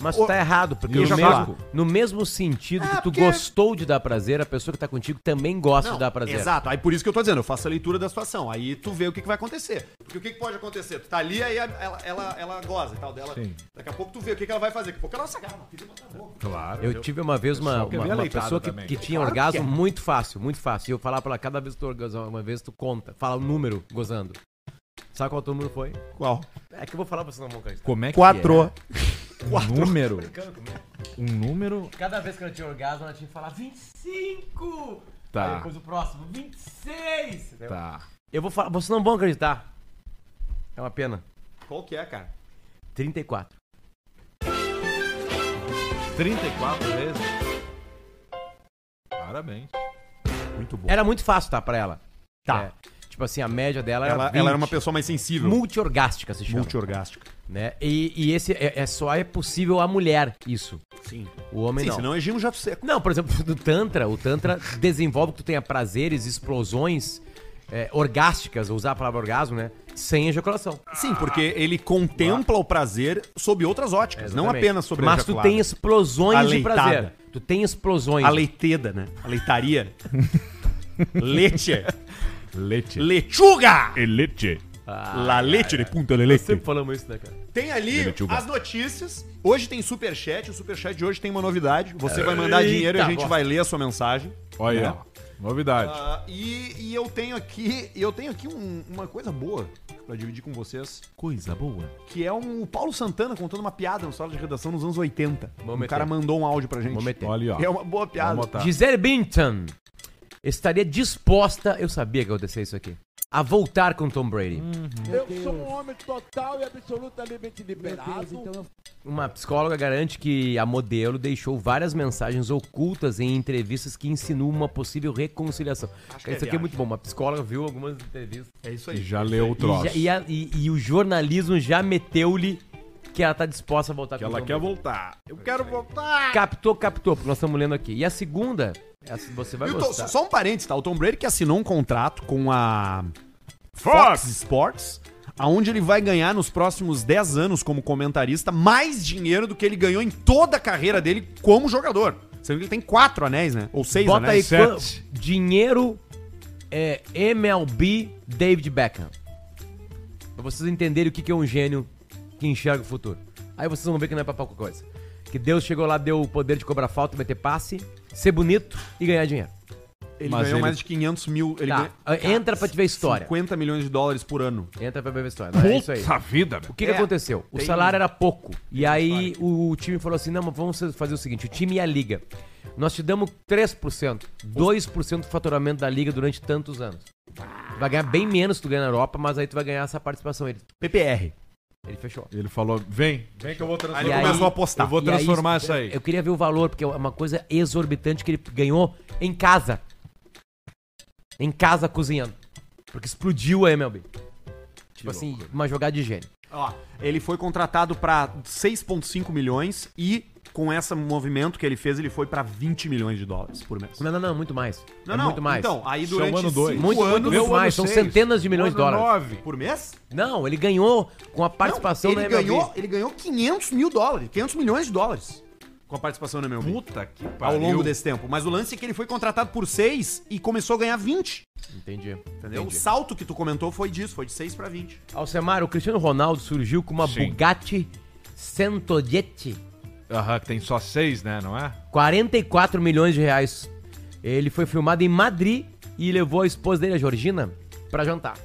S4: Mas
S1: Ô,
S4: tu tá errado, porque
S1: eu
S4: no
S1: já
S4: mesmo,
S1: falo.
S4: no mesmo sentido
S1: É,
S4: que tu
S1: porque-
S4: gostou de dar prazer, a pessoa que tá contigo também gosta de dar prazer.
S1: Exato. Aí por isso que eu tô dizendo, eu faço a leitura da situação. Aí tu vê o que, que vai acontecer. Porque o que, que pode acontecer? Tu tá ali, aí a- ela, ela, ela goza e tal dela.
S3: Sim.
S1: Daqui a pouco tu vê o que, que ela vai fazer. Daqui a pouco ela se agarra na filha e bota na boca.
S3: Claro.
S4: Eu tive uma vez uma,
S3: Pessoal quer
S4: uma,
S3: ver a
S4: uma
S3: leitada
S4: pessoa que,
S3: também.
S4: que tinha orgasmo muito fácil, muito fácil. E eu falava pra ela, cada vez que tu orgasma uma vez, tu conta. Fala o número gozando. Sabe qual o teu número foi?
S1: Qual?
S4: É que eu vou falar pra vocês não vão acreditar.
S3: Como é que
S1: Quatro.
S3: é? Um número. Um número.
S4: Cada vez que ela tinha orgasmo, ela tinha que falar 25! Aí
S3: Tá.
S4: depois o próximo, 26! entendeu?
S3: Tá.
S4: Eu vou falar, vocês não vão acreditar. É uma pena.
S1: Qual que é, cara?
S4: 34.
S3: 34 vezes? Parabéns.
S1: Muito bom.
S4: Era muito fácil, tá, pra ela.
S1: Tá.
S4: É, tipo assim, a média dela era.
S1: Ela, ela era uma
S4: 20.
S1: pessoa mais sensível.
S4: multiorgástica, se chama.
S1: Multiorgástica.
S4: né? E, e esse é, é só é possível a mulher isso.
S1: Sim.
S4: O homem
S1: Sim,
S4: não.
S1: senão é Gimo Jato Seco.
S4: Não, por exemplo, do Tantra, o Tantra desenvolve que tu tenha prazeres, explosões é, orgásticas, vou usar a palavra orgasmo, né? Sem ejaculação.
S1: Sim, porque ele contempla o prazer sob outras óticas, não
S4: Exatamente.
S1: apenas sobre né? a
S4: Mas tu
S1: ejaculada.
S4: tem explosões
S1: A
S4: de
S1: leitada.
S4: prazer. Tu tem explosões.
S1: A leiteda, né? A leitaria. Leite.
S3: Leite.
S1: Lechuga!
S3: Leite.
S1: La leite de punta de
S4: Sempre falamos isso, né, cara?
S1: Tem ali
S3: Lechuga.
S1: as notícias. Hoje tem superchat. O superchat de hoje tem uma novidade. Você vai mandar dinheiro e a gente vai ler a sua mensagem.
S3: Olha aí,
S1: né?
S3: ó. Novidade.
S1: Ah, e, e eu tenho aqui, eu tenho aqui um- uma coisa boa pra dividir com vocês,
S3: Coisa boa.
S1: que é um o Paulo Santana contando uma piada no sala de redação nos anos 80.
S4: Vamos
S1: um
S4: meter.
S1: cara mandou um áudio pra gente.
S4: Vamos meter.
S3: Olha aí,
S1: É
S3: ó.
S1: uma boa piada.
S3: Vamos botar.
S4: Gisele Bündchen estaria disposta, eu sabia que ia acontecer isso aqui, a voltar com Tom Brady. então Uma psicóloga garante que a modelo deixou várias mensagens ocultas em entrevistas que insinuam uma possível reconciliação.
S1: que é
S4: isso aqui é
S1: viagem.
S4: muito bom. Uma psicóloga viu algumas entrevistas
S1: É isso
S3: E já leu o
S4: e,
S3: troço.
S4: já- e a- e- e o jornalismo já meteu-lhe que ela tá disposta a voltar
S3: Que ela quer voltar. Eu quero voltar.
S4: Captou, captou, porque nós estamos lendo aqui. E a segunda, essa você vai
S1: E o Tom-
S4: gostar.
S1: só um parênteses, tá? O Tom Brady que assinou um contrato com a Fox
S3: Fox!
S1: Sports, aonde ele vai ganhar nos próximos 10 anos como comentarista mais dinheiro do que ele ganhou em toda a carreira dele como jogador. Sendo que ele tem quatro anéis, né? Ou seis
S4: Bota aí,
S1: anéis.
S3: sete.
S4: quan- dinheiro é MLB David Beckham. Pra vocês entenderem o que que é um gênio que enxerga o futuro. Aí vocês vão ver que não é pra pouca coisa. Que Deus chegou lá, deu o poder de cobrar falta, meter passe, ser bonito e ganhar dinheiro.
S1: Ele
S3: Mas
S1: ganhou
S3: ele-
S1: mais de 500 mil. Ele
S4: Tá, entra pra te ver a história.
S1: 50 milhões de dólares por ano.
S4: Entra pra ver a história. não é isso aí.
S3: Puta vida,
S4: O
S3: meu. um
S4: que, que
S1: É,
S4: aconteceu? O
S1: tem-
S4: salário era pouco. E aí o time falou assim: não, mas vamos fazer o seguinte: o time e a liga. Nós te damos 3%, 2% do faturamento da liga durante tantos anos. Tu vai ganhar bem menos que tu ganha na Europa, mas aí tu vai ganhar essa participação. Ele,
S1: PPR.
S4: ele fechou.
S3: Ele falou, vem, vem que eu vou
S1: Aí
S4: E
S1: ele
S4: aí-
S1: começou a apostar.
S3: Eu vou
S4: E aí, é,
S3: transformar isso aí.
S4: Eu queria ver o valor, porque é uma coisa exorbitante que ele ganhou em casa. Em casa cozinhando. Porque explodiu a MLB. Tipo assim, uma jogada de gênio.
S1: Ó, ele foi contratado pra 6,5 milhões e com esse movimento que ele fez, ele foi pra 20 milhões de dólares por mês.
S4: Não, não, não, muito mais.
S1: Não,
S4: é
S1: não.
S4: muito mais.
S1: Então, aí
S3: Isso é um
S1: durante
S3: ano dois.
S1: cinco
S4: Muito,
S1: anos-
S4: muito, muito mais. São centenas de milhões de dólares.
S1: Por mês?
S4: Não, ele ganhou com a participação
S1: ele
S4: na MLB.
S1: ganhou, ele ganhou 500 mil dólares, 500 milhões de dólares com a participação na MLB.
S3: Puta que pariu.
S1: ao longo desse tempo. Mas o lance é que ele foi contratado por 6 e começou a ganhar 20.
S4: Entendi.
S1: Entendeu?
S4: Entendi.
S1: O salto que tu comentou foi disso, foi de 6 pra 20.
S4: Alcemar, o Cristiano Ronaldo surgiu com uma
S3: Sim.
S4: Bugatti Centojetti.
S3: Aham, que tem só seis, né, não é?
S4: 44 milhões de reais. Ele foi filmado em Madrid e levou a esposa dele, a Georgina, pra jantar.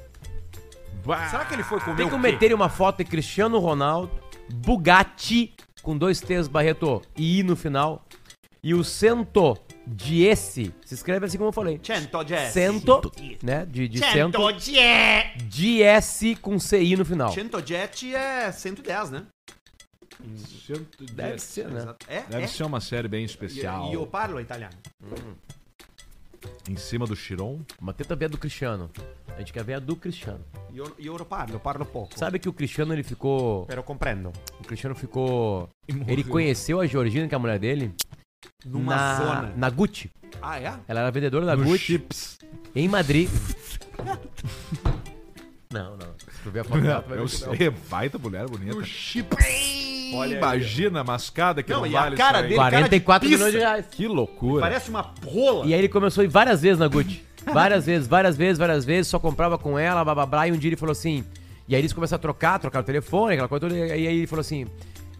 S1: Será que ele foi comer
S4: Tem que
S1: o quê?
S4: meter uma foto de Cristiano Ronaldo, Bugatti, com dois T's, Barreto, e I no final. E o Cento Diesse, se escreve assim como eu falei.
S1: Cento Jesse.
S4: Cento, né, de, de cento.
S1: Cento Jesse.
S4: DS com CI no final.
S1: Cento Jet é 110, né?
S4: Deve ser, né?
S1: É,
S3: Deve
S1: é.
S3: ser uma série bem
S1: E,
S3: especial.
S1: e eu parlo italiano.
S3: Em cima do Chiron.
S4: Mas tenta ver a do Cristiano. A gente quer ver a do Cristiano.
S1: E eu, e eu parlo, eu parlo pouco.
S4: Sabe que o Cristiano, ele ficou...
S1: Pero comprendo.
S4: O Cristiano ficou... Ele conheceu a Georgina, que é a mulher dele,
S1: Numa
S4: na,
S1: zona.
S4: na Gucci.
S1: Ah, é?
S4: Ela era vendedora da
S3: No
S4: Gucci.
S3: Chips.
S4: em Madrid. não, não. Se tu ver a foto dela, tu vai
S3: Eu
S4: ver que não.
S3: sei, baita mulher bonita.
S1: Olha aí,
S3: Imagina a mascada que
S1: Não,
S3: não,
S1: e a
S3: vale
S1: cara
S3: isso aí.
S1: dele, cara
S4: 44
S1: de
S4: milhões de reais.
S3: Que loucura.
S1: Parece uma rola.
S4: E aí ele começou a ir várias vezes na Gucci. Várias vezes, várias vezes, várias vezes, só comprava com ela, blá blá blá. E um dia ele falou assim. E aí eles começaram a trocar, trocar o telefone, aquela coisa toda. E aí ele falou assim: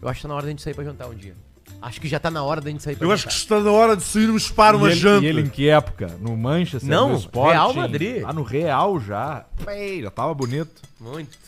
S4: Eu acho que tá na hora da gente sair pra jantar um dia. Acho que já tá na hora da gente sair pra jantar.
S1: está na hora de sairmos para
S3: e ele, e ele em que época? No Manchester?
S4: Não,
S3: no Sporting?
S4: Real Madrid.
S3: Lá no Real já. Bem, já tava bonito.
S4: Muito.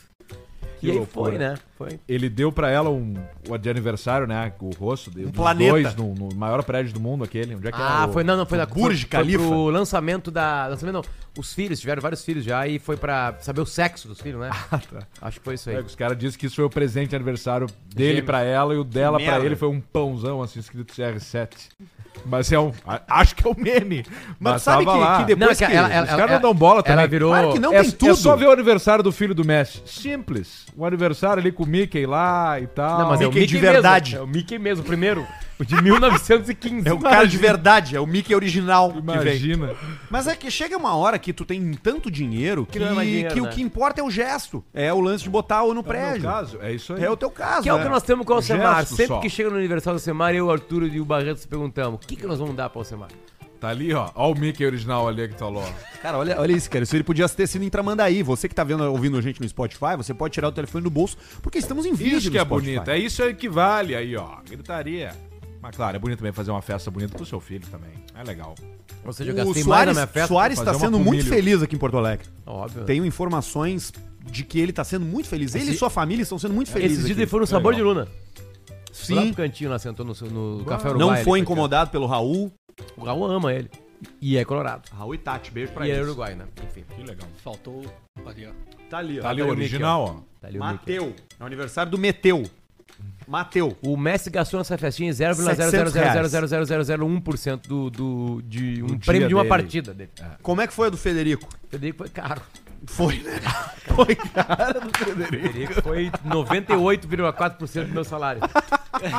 S3: Que
S4: e aí
S3: loucura.
S4: foi, né? Foi.
S3: Ele deu pra ela um, o de aniversário, né? O rosto dele. Um
S1: planeta.
S3: Dois, no, no maior prédio do mundo, aquele. Onde é que
S4: Ah,
S3: era o-
S4: foi, não, não, foi da
S1: Burj
S4: foi, foi
S1: Khalifa.
S4: pro lançamento da. Lançamento não. Os filhos, tiveram vários filhos já e foi pra saber o sexo dos filhos, né? Ah, tá. Acho que foi isso aí.
S3: É, os caras dizem que isso foi o presente de aniversário dele
S4: Gêmeos.
S3: pra ela e o dela pra
S1: merda.
S3: ele foi um pãozão assim escrito CR7. Mas é um. a- Acho que é um meme. Mas,
S1: sabe
S3: tava
S1: que-
S3: lá.
S1: que depois
S4: é que ela- ela-
S3: os caras não
S4: ela-
S3: dão bola também.
S4: Ela virou.
S1: Claro que não
S3: é,
S1: tem
S3: é
S1: tudo.
S3: só ver o aniversário do filho do Messi. Simples. O aniversário ali com o Mickey lá e tal.
S4: Não, mas é o
S1: Mickey
S4: Mickey
S1: de verdade.
S4: Mesmo. É o Mickey mesmo, o primeiro. O de 1915.
S1: É o cara de verdade, é o Mickey original que vem.
S3: Imagina.
S1: Mas é que chega uma hora que tu tem tanto dinheiro que,
S4: não é mais dinheiro,
S1: que
S4: né?
S1: o que importa é o gesto. É o lance de botar o no
S3: É o
S1: prédio.
S3: caso, é isso aí.
S1: É o teu caso.
S4: Que é o que
S1: né?
S4: nós temos com o Alcemar.
S3: Gesto
S4: Sempre
S3: só.
S4: que chega no aniversário do Alcemar, eu, o Arthur e o Barreto se perguntamos: o que, que nós vamos dar pro Alcemar?
S3: Tá ali, ó. Ó o Mickey original ali que tá tu falou.
S1: Cara, olha, olha isso, cara. Isso ele podia ter sido em Tramandaí. Você que tá vendo, ouvindo a gente no Spotify, você pode tirar o telefone do bolso, porque estamos em vídeo.
S3: Isso que é bonito, é isso aí que vale aí, ó. Gritaria. Mas claro, é bonito também fazer uma festa bonita pro seu filho também. É legal.
S4: Ou seja, eu
S1: O
S4: gastei mais na
S1: Soares,
S4: minha festa.
S1: Soares
S3: fazer
S1: tá
S3: uma
S1: sendo
S3: com
S1: muito
S3: milho.
S1: feliz aqui em Porto Alegre.
S4: Óbvio.
S1: Tenho informações de que ele tá sendo muito feliz. Ele e
S4: Esse-
S1: sua família estão sendo muito felizes.
S4: Esses dias
S1: aqui.
S4: ele foi no Sabor
S3: Legal.
S4: de Luna. Foi Lá
S1: Sim,
S4: pro cantinho, lá sentou no, no Café Uruguai.
S1: não
S4: ali,
S1: foi
S4: coitado.
S1: incomodado pelo Raul.
S4: O Raul ama ele. E é colorado.
S1: Raul e Tati, beijo pra
S4: e é
S1: eles.
S4: Uruguai, né? Enfim.
S3: Que legal.
S10: Faltou. Aqui, ó.
S1: Tá ali, ó.
S3: Tá ali o
S4: ali o Mickey,
S3: original, ó.
S4: Tá ali o Mickey.
S1: Mateu. É o aniversário do Meteu. Mateu.
S4: O Messi gastou nessa festinha 0,0000001% do, um do, de um
S3: dia
S4: prêmio de uma
S3: dele.
S4: partida dele. Ah,
S1: Como é que foi a do Federico?
S4: Federico foi caro.
S1: Foi, né?
S4: Federico foi 98,4% do meu salário.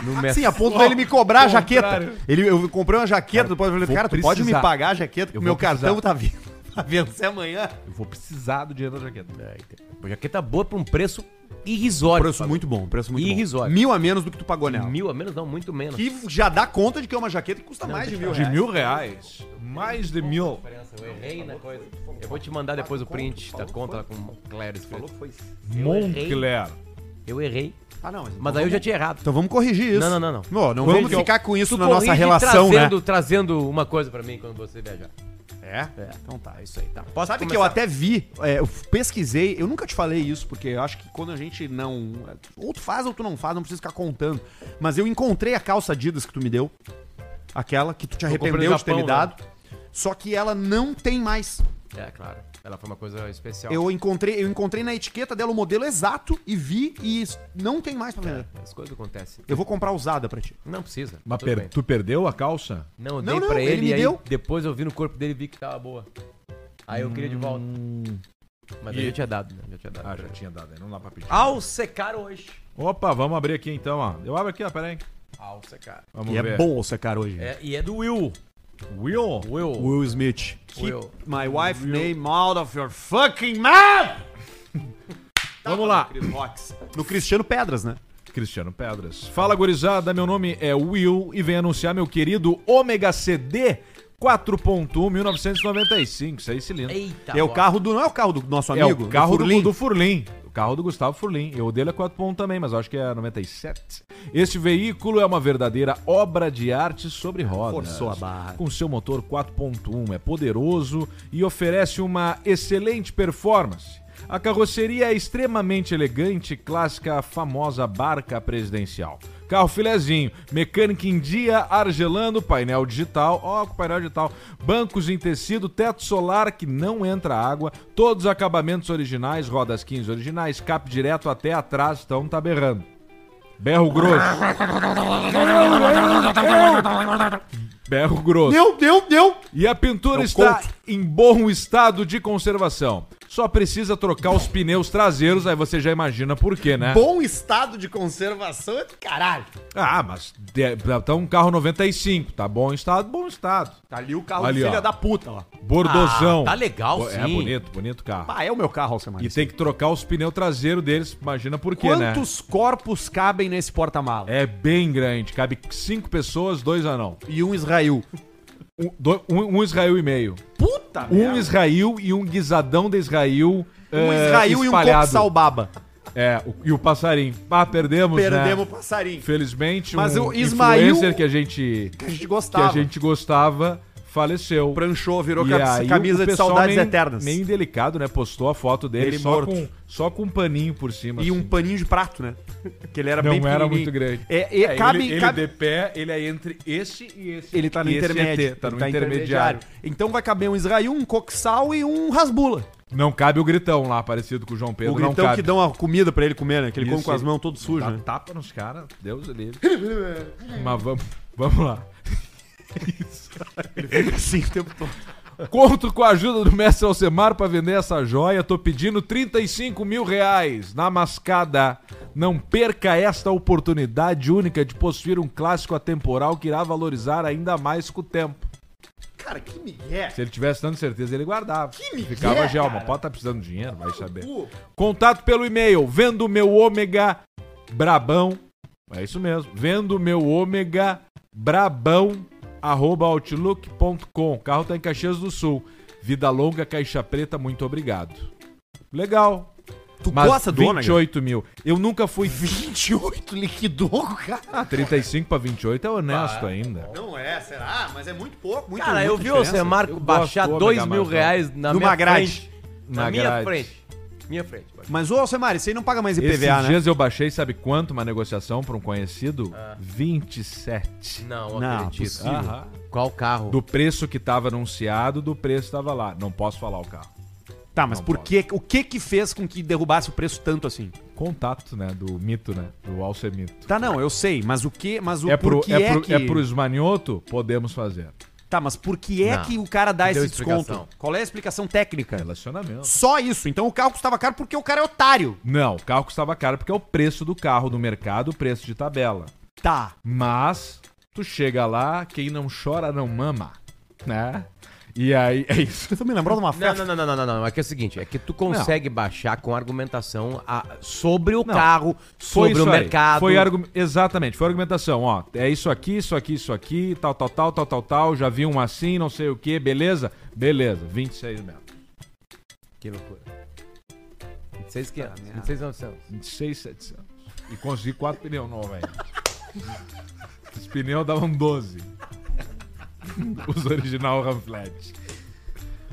S4: No Messi.
S1: Sim, a ponto dele me cobrar a jaqueta. Ele, eu comprei uma jaqueta, depois eu falei,
S3: vou
S1: cara, tu pode me
S3: precisar.
S1: pagar a jaqueta, porque
S3: Eu
S1: meu
S3: vou precisar.
S1: cartão tá vindo. Tá vencer amanhã.
S3: Eu vou precisar do dinheiro da jaqueta.
S4: É, então, pô, jaqueta boa por um preço irrisório.
S1: Preço
S4: Fábio.
S1: muito bom, preço muito
S4: Irrisório.
S1: bom. Mil a menos do que tu pagou nela.
S4: Mil a menos, não, muito menos.
S1: Que já dá conta de que é uma jaqueta que custa mais de mil
S3: De
S1: reais.
S3: mil reais. Mais de mil.
S4: Eu errei na coisa. Eu vou te mandar depois o print da conta lá com o Cléris.
S1: Tá
S3: Moncler.
S4: Eu errei,
S1: Ah, não.
S4: mas aí eu já tinha errado.
S1: Então vamos corrigir isso.
S4: Não, não, não, não.
S1: Não, não
S4: Vamos
S1: vamos
S4: que eu-
S1: ficar com isso
S4: Tu
S1: na nossa
S4: corrige
S1: relação,
S4: trazendo,
S1: né?
S4: Trazendo uma coisa pra mim quando você viajar.
S1: É?
S4: É.
S1: Então tá,
S4: É
S1: isso
S4: isso aí, tá.
S1: Posso Sabe que eu até vi, é, eu pesquisei, eu nunca te falei isso, porque eu acho que quando a gente não. Ou tu faz ou tu não faz, não precisa ficar contando. Mas eu encontrei a calça Adidas que tu me deu. Aquela que tu te
S4: comprei
S1: arrependeu
S4: no
S1: de ter me
S4: Japão, né?
S1: dado. Só que ela não tem mais.
S4: É, claro. Ela foi uma coisa especial.
S1: Eu encontrei, eu encontrei na etiqueta dela o modelo exato e vi e s- não tem mais pra vender.
S4: As coisas acontecem.
S1: Eu vou comprar usada pra ti.
S4: Não precisa.
S3: Mas
S4: tudo
S3: per-
S4: bem.
S3: tu perdeu a calça?
S4: Não, eu dei
S1: Não, não,
S4: pra
S1: ele
S4: ele,
S1: me
S4: e aí
S1: deu.
S4: depois eu vi no corpo dele e vi que tava boa. Aí eu queria de volta. Mas eu já tinha dado, né? Eu Já tinha dado.
S3: Ah, já tinha dado, né? não dá pra pedir.
S4: Ao secar hoje.
S3: Opa, vamos abrir aqui então, ó. Eu abro aqui, ó, peraí.
S4: Ao secar.
S3: Vamos
S1: E
S3: ver.
S1: é bom você, cara, hoje.
S4: É, e é do Will.
S3: Will?
S4: Will.
S1: Will Smith.
S4: Will.
S1: Keep my wife name out of your fucking mouth!
S3: Vamos lá.
S1: No Cristiano Pedras, né?
S3: Cristiano Pedras. Fala, gurizada. Meu nome é Will e venho anunciar meu querido Ômega CD 4.1 1995. Isso aí, cilindro.
S4: Eita.
S1: é o
S4: bola.
S1: carro do. Não é o carro do nosso
S3: É
S1: amigo?
S3: o carro do
S1: Furlim?
S3: do Furlim. O carro do Gustavo Furlim. Eu dele é 4.1 também, mas eu acho que é 97. Este veículo é uma verdadeira obra de arte sobre rodas.
S1: Forçou a barra.
S3: Com seu motor 4.1, é poderoso e oferece uma excelente performance. A carroceria é extremamente elegante, e clássica, a famosa barca presidencial. Carro filezinho, mecânica em dia, argelando, painel digital, ó, com painel digital, bancos em tecido, teto solar que não entra água, todos os acabamentos originais, rodas 15 originais, cap direto até atrás, então tá berrando. Berro grosso. Berro grosso.
S1: Deu, deu, deu!
S3: E a pintura
S1: Eu
S3: está
S1: É um conto.
S3: em bom estado de conservação. Só precisa trocar os pneus traseiros, aí você já imagina por quê, né?
S1: Bom estado de conservação é do caralho.
S3: Ah, mas de- tá um carro 95, tá bom estado, bom estado.
S1: Tá ali o carro
S3: Ali,
S1: do filho
S3: ó.
S1: da puta lá.
S3: Bordozão.
S4: Ah, tá legal,
S3: Bo- É
S4: sim.
S3: bonito, bonito carro.
S1: Ah, é o meu carro, Alcemar.
S3: E tem que trocar os pneus traseiros deles, imagina por quê, né?
S1: Quantos corpos cabem nesse porta-mala?
S3: É bem grande, cabe cinco pessoas, dois anão.
S1: E um Israel.
S3: Um, do- um- um Israel e meio.
S1: Puta
S3: Um
S1: Tá merda.
S3: Israel e um guisadão de Israel.
S1: Um
S3: eh,
S1: Israel e um
S3: espalhado.
S1: Coxalbaba.
S3: É, o- e o passarinho. Ah, perdemos,
S1: Perdemos o
S3: né?
S1: passarinho.
S3: Infelizmente,
S1: Mas
S3: um
S1: o Ismael-
S3: influencer que a gente
S1: Que a gente
S3: que a
S1: gostava.
S3: gente gostava faleceu.
S1: pranchou, virou
S3: E
S1: camisa,
S3: aí o
S1: camisa de
S3: pessoal
S1: saudades
S3: meio,
S1: eternas.
S3: Meio indelicado, né? Postou a foto dele
S1: Ele
S3: só
S1: morto.
S3: com só com um paninho por cima.
S1: E um
S3: assim.
S1: paninho de prato, né? Que ele era
S3: não
S1: bem
S3: era
S1: pequenininho.
S3: muito grande.
S1: É, e
S3: É,
S1: cabe,
S3: ele, ele
S1: cabe-
S3: de pé, ele é entre esse e esse.
S1: ele tá no
S3: E esse
S1: intermédio.
S3: ET, tá
S1: ele
S3: no intermediário.
S1: Então vai caber um Israel, um coxal e um rasbula.
S3: Não cabe o gritão lá, parecido com o João Pedro.
S1: o gritão
S3: não
S1: que
S3: cabe.
S1: dão a comida pra ele comer, né? Que ele
S3: Isso. tá-
S1: come com as mãos todo sujo,
S3: Dá
S1: né?
S3: tapa nos caras, Deus é livre. Mas vamos, vamos lá. assim
S1: Sim, o tempo todo.
S3: Conto com a ajuda do mestre Alcemar pra vender essa joia. Tô pedindo 35 mil reais na mascada. Não perca esta oportunidade única de possuir um clássico atemporal que irá valorizar ainda mais com o tempo.
S1: Cara, que migué.
S3: Se ele tivesse dando certeza, ele guardava. Que
S1: migué,
S3: Ficava gelma.
S1: cara.
S3: Pode tá precisando de dinheiro, vai saber.
S1: cu.
S3: Contato pelo e-mail. Vendo meu ômega brabão. É isso mesmo. Vendo meu ômega brabão arroba outlook.com. O carro tá em Caxias do Sul. Vida longa, caixa preta, muito obrigado. Legal.
S1: Tu
S3: Mas
S1: gosta do ômega?
S3: 28 mil. Eu nunca fui...
S1: 28 liquidou, cara.
S3: Ah, 35 pra 28 é honesto ainda.
S1: Não é, será? Mas é muito pouco. Muito,
S4: Cara, eu
S1: muita
S4: vi o
S1: diferença.
S4: Semarco
S3: Eu
S4: baixar
S3: gosto do
S4: 2
S3: ômega
S4: mil
S3: mais,
S4: reais na
S1: Do
S4: minha
S1: Magrade.
S4: frente.
S3: Na
S4: Na, minha
S3: grade.
S4: frente. Minha frente. pode.
S1: Mas, ô Alcemar, isso aí não paga mais IPVA,
S3: Esses
S1: né?
S3: dias eu baixei, sabe quanto? Uma negociação pra um conhecido?
S1: Ah.
S3: 27.
S4: Não,
S3: é
S1: Não,
S4: acredito.
S1: possível.
S3: Aham.
S4: Qual carro?
S3: Do preço que tava anunciado, do preço que tava lá. Não posso falar o carro.
S1: Tá, mas
S3: Não
S1: por
S3: pode.
S1: que, o que que fez com que derrubasse o preço tanto assim?
S3: Contato, né? Do mito, né? Do Alcemito.
S1: Tá, não, eu sei, mas o que, mas o
S3: É pro,
S1: por que
S3: é, pro,
S1: que...
S3: é pro esmanhoto? Podemos fazer.
S1: Tá, mas por que é
S4: Não,
S1: que o cara dá
S4: não
S1: esse
S4: deu
S1: desconto?
S4: explicação.
S1: Qual é a explicação técnica?
S3: Relacionamento.
S1: Só isso. Então o carro custava caro porque o cara é otário.
S3: Não, o carro custava caro porque é o preço do carro no mercado, o preço de tabela.
S1: Tá.
S3: Mas, tu chega lá, quem não chora não mama. Né? E aí, é isso.
S1: Você me lembrou de uma
S4: Não,
S1: festa?
S4: não, não, não, não, não, não. É que é o seguinte, é que tu consegue baixar com argumentação a- sobre o
S3: Não.
S4: carro,
S3: Foi
S4: sobre o
S3: isso aí.
S4: mercado.
S3: Foi argu- Exatamente, foi argumentação, ó. É isso aqui, isso aqui, isso aqui, tal, tal, tal, tal, tal, tal. Já vi um assim, não sei o que, beleza? Beleza, 26 metros.
S4: Que loucura. 26 500, 26 900.
S3: 26, 700. E consegui quatro pneus novos, velho. Os pneus davam 12. Os original Ramflat.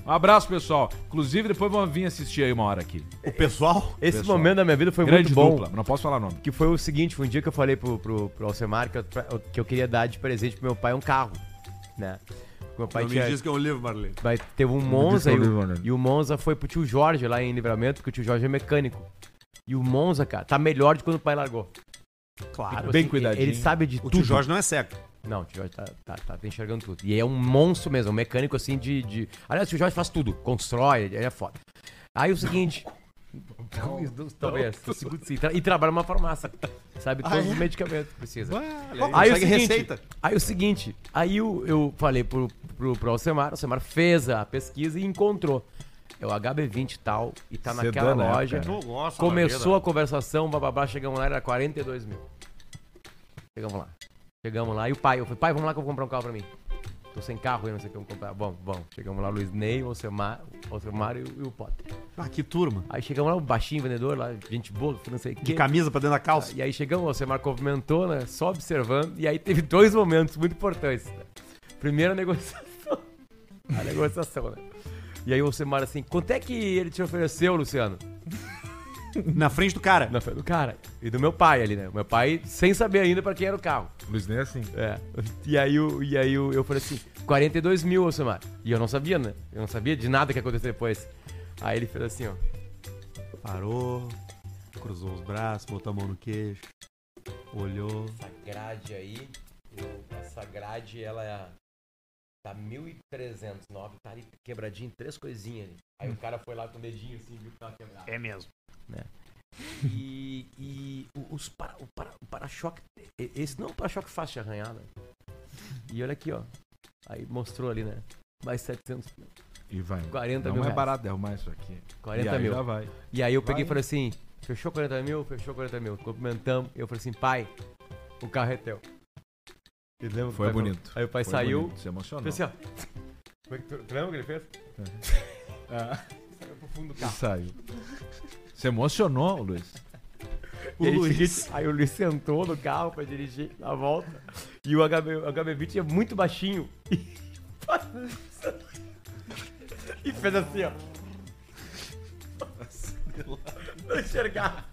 S3: Um abraço, pessoal. Inclusive, depois vão vir assistir aí uma hora aqui.
S1: O pessoal?
S4: Esse
S3: Pessoal.
S4: momento da minha vida foi
S3: Grande
S4: É muito bom.
S3: dupla, não posso falar nome.
S4: Que foi o seguinte, foi um dia que eu falei pro, pro, pro Alcemar que eu, pra- que eu queria dar de presente pro meu pai um carro, né? Meu pai tinha,
S1: que é um livro, Marley.
S4: vai, teve um
S3: diz que
S4: Monza
S3: eu
S4: e
S3: li, mano.
S4: o, e o Monza foi pro tio Jorge lá em Livramento, porque o tio Jorge é mecânico. E o Monza, cara, tá melhor de quando o pai largou.
S1: Claro.
S4: Tipo
S3: Bem
S4: assim,
S3: cuidadinho.
S4: Ele sabe de
S1: O
S4: tudo.
S1: tio Jorge não é cego.
S4: Não, o tio Jorge tá, tá, tá enxergando tudo. E é um monstro mesmo, um mecânico assim de. de... Aliás, o tio Jorge faz tudo, constrói, ele é foda. Aí o seguinte. Talvez, talvez. segundo sim, tra- E trabalha numa farmácia. Sabe todos os medicamentos que precisa. Aí o,
S1: Consegue
S4: seguinte,
S1: receita.
S4: aí o seguinte, aí eu, eu falei pro, pro, pro Alcemar, o Alcemar fez a pesquisa e encontrou. É o HB20 e tal, e tá
S3: Sedã,
S4: naquela
S3: né,
S4: loja.
S3: cara?
S4: Começou a conversação, bababá, chegamos lá, era 42 mil. Chegamos lá. Chegamos lá, e o pai, eu falei, pai, vamos lá que eu vou comprar um carro pra mim. Tô sem carro, eu não sei o que eu vou comprar. Bom, vamos. Chegamos lá, Luiz Ney, o Alcemar, o Alcemar e o, e o Potter.
S1: Ah, que turma.
S4: Aí chegamos lá, o baixinho vendedor lá, gente boa, que não sei o
S1: De
S4: que.
S1: camisa pra dentro da calça.
S4: E aí chegamos, você marcou, comentou, né? Só observando. E aí teve dois momentos muito importantes. Né? Primeiro, a negociação. A negociação, né? E aí o Alcemar assim, quanto é que ele te ofereceu, Luciano?
S1: Na frente do cara.
S4: Na frente do cara. E do meu pai ali, né? O Meu pai sem saber ainda pra quem era o carro.
S3: Luiz Ney é assim.
S4: É. E aí, o- e aí o- eu falei assim, 42 mil, Alcemar. E eu não sabia, né? Eu não sabia de nada que aconteceu depois. Aí ele fez assim, ó.
S1: Parou, cruzou os braços, botou a mão no queixo, olhou.
S4: Essa grade aí, eu- essa grade, ela é. a- Tá 1.309, tá ali quebradinho, três coisinhas ali. Aí o cara foi lá com o dedinho assim, viu que tava quebrado.
S1: É mesmo.
S4: E, e o- os para, o para- o para-choque. e- esse não é um para-choque fácil de arranhar, né? E olha aqui, ó. Aí mostrou ali, né? Mais 700,
S3: E vai.
S4: 40
S3: Não
S4: mil
S3: é
S4: reais.
S3: barato derrubar isso aqui.
S4: 40
S3: e aí
S4: mil.
S3: já vai.
S4: E aí eu peguei e
S3: Vai.
S4: falei assim: fechou 40 mil, fechou 40 mil. Cumprimentamos. Eu falei assim: pai, o carro é teu. E lembra que o
S3: Foi
S4: pai falou-
S3: bonito.
S4: Aí o pai
S3: Foi
S4: saiu.
S3: bonito, Se emocionou.
S4: Fez assim, ó. Como é que tu, tu lembra o que ele fez?
S3: É.
S4: Saiu pro fundo do
S3: E
S4: carro.
S3: saiu. Se emocionou, Luiz.
S4: E aí, seguinte, aí o Luiz sentou no carro pra dirigir na volta. E o HB, o HB20 é muito baixinho. E, e fez assim, ó. assim, Não enxergava.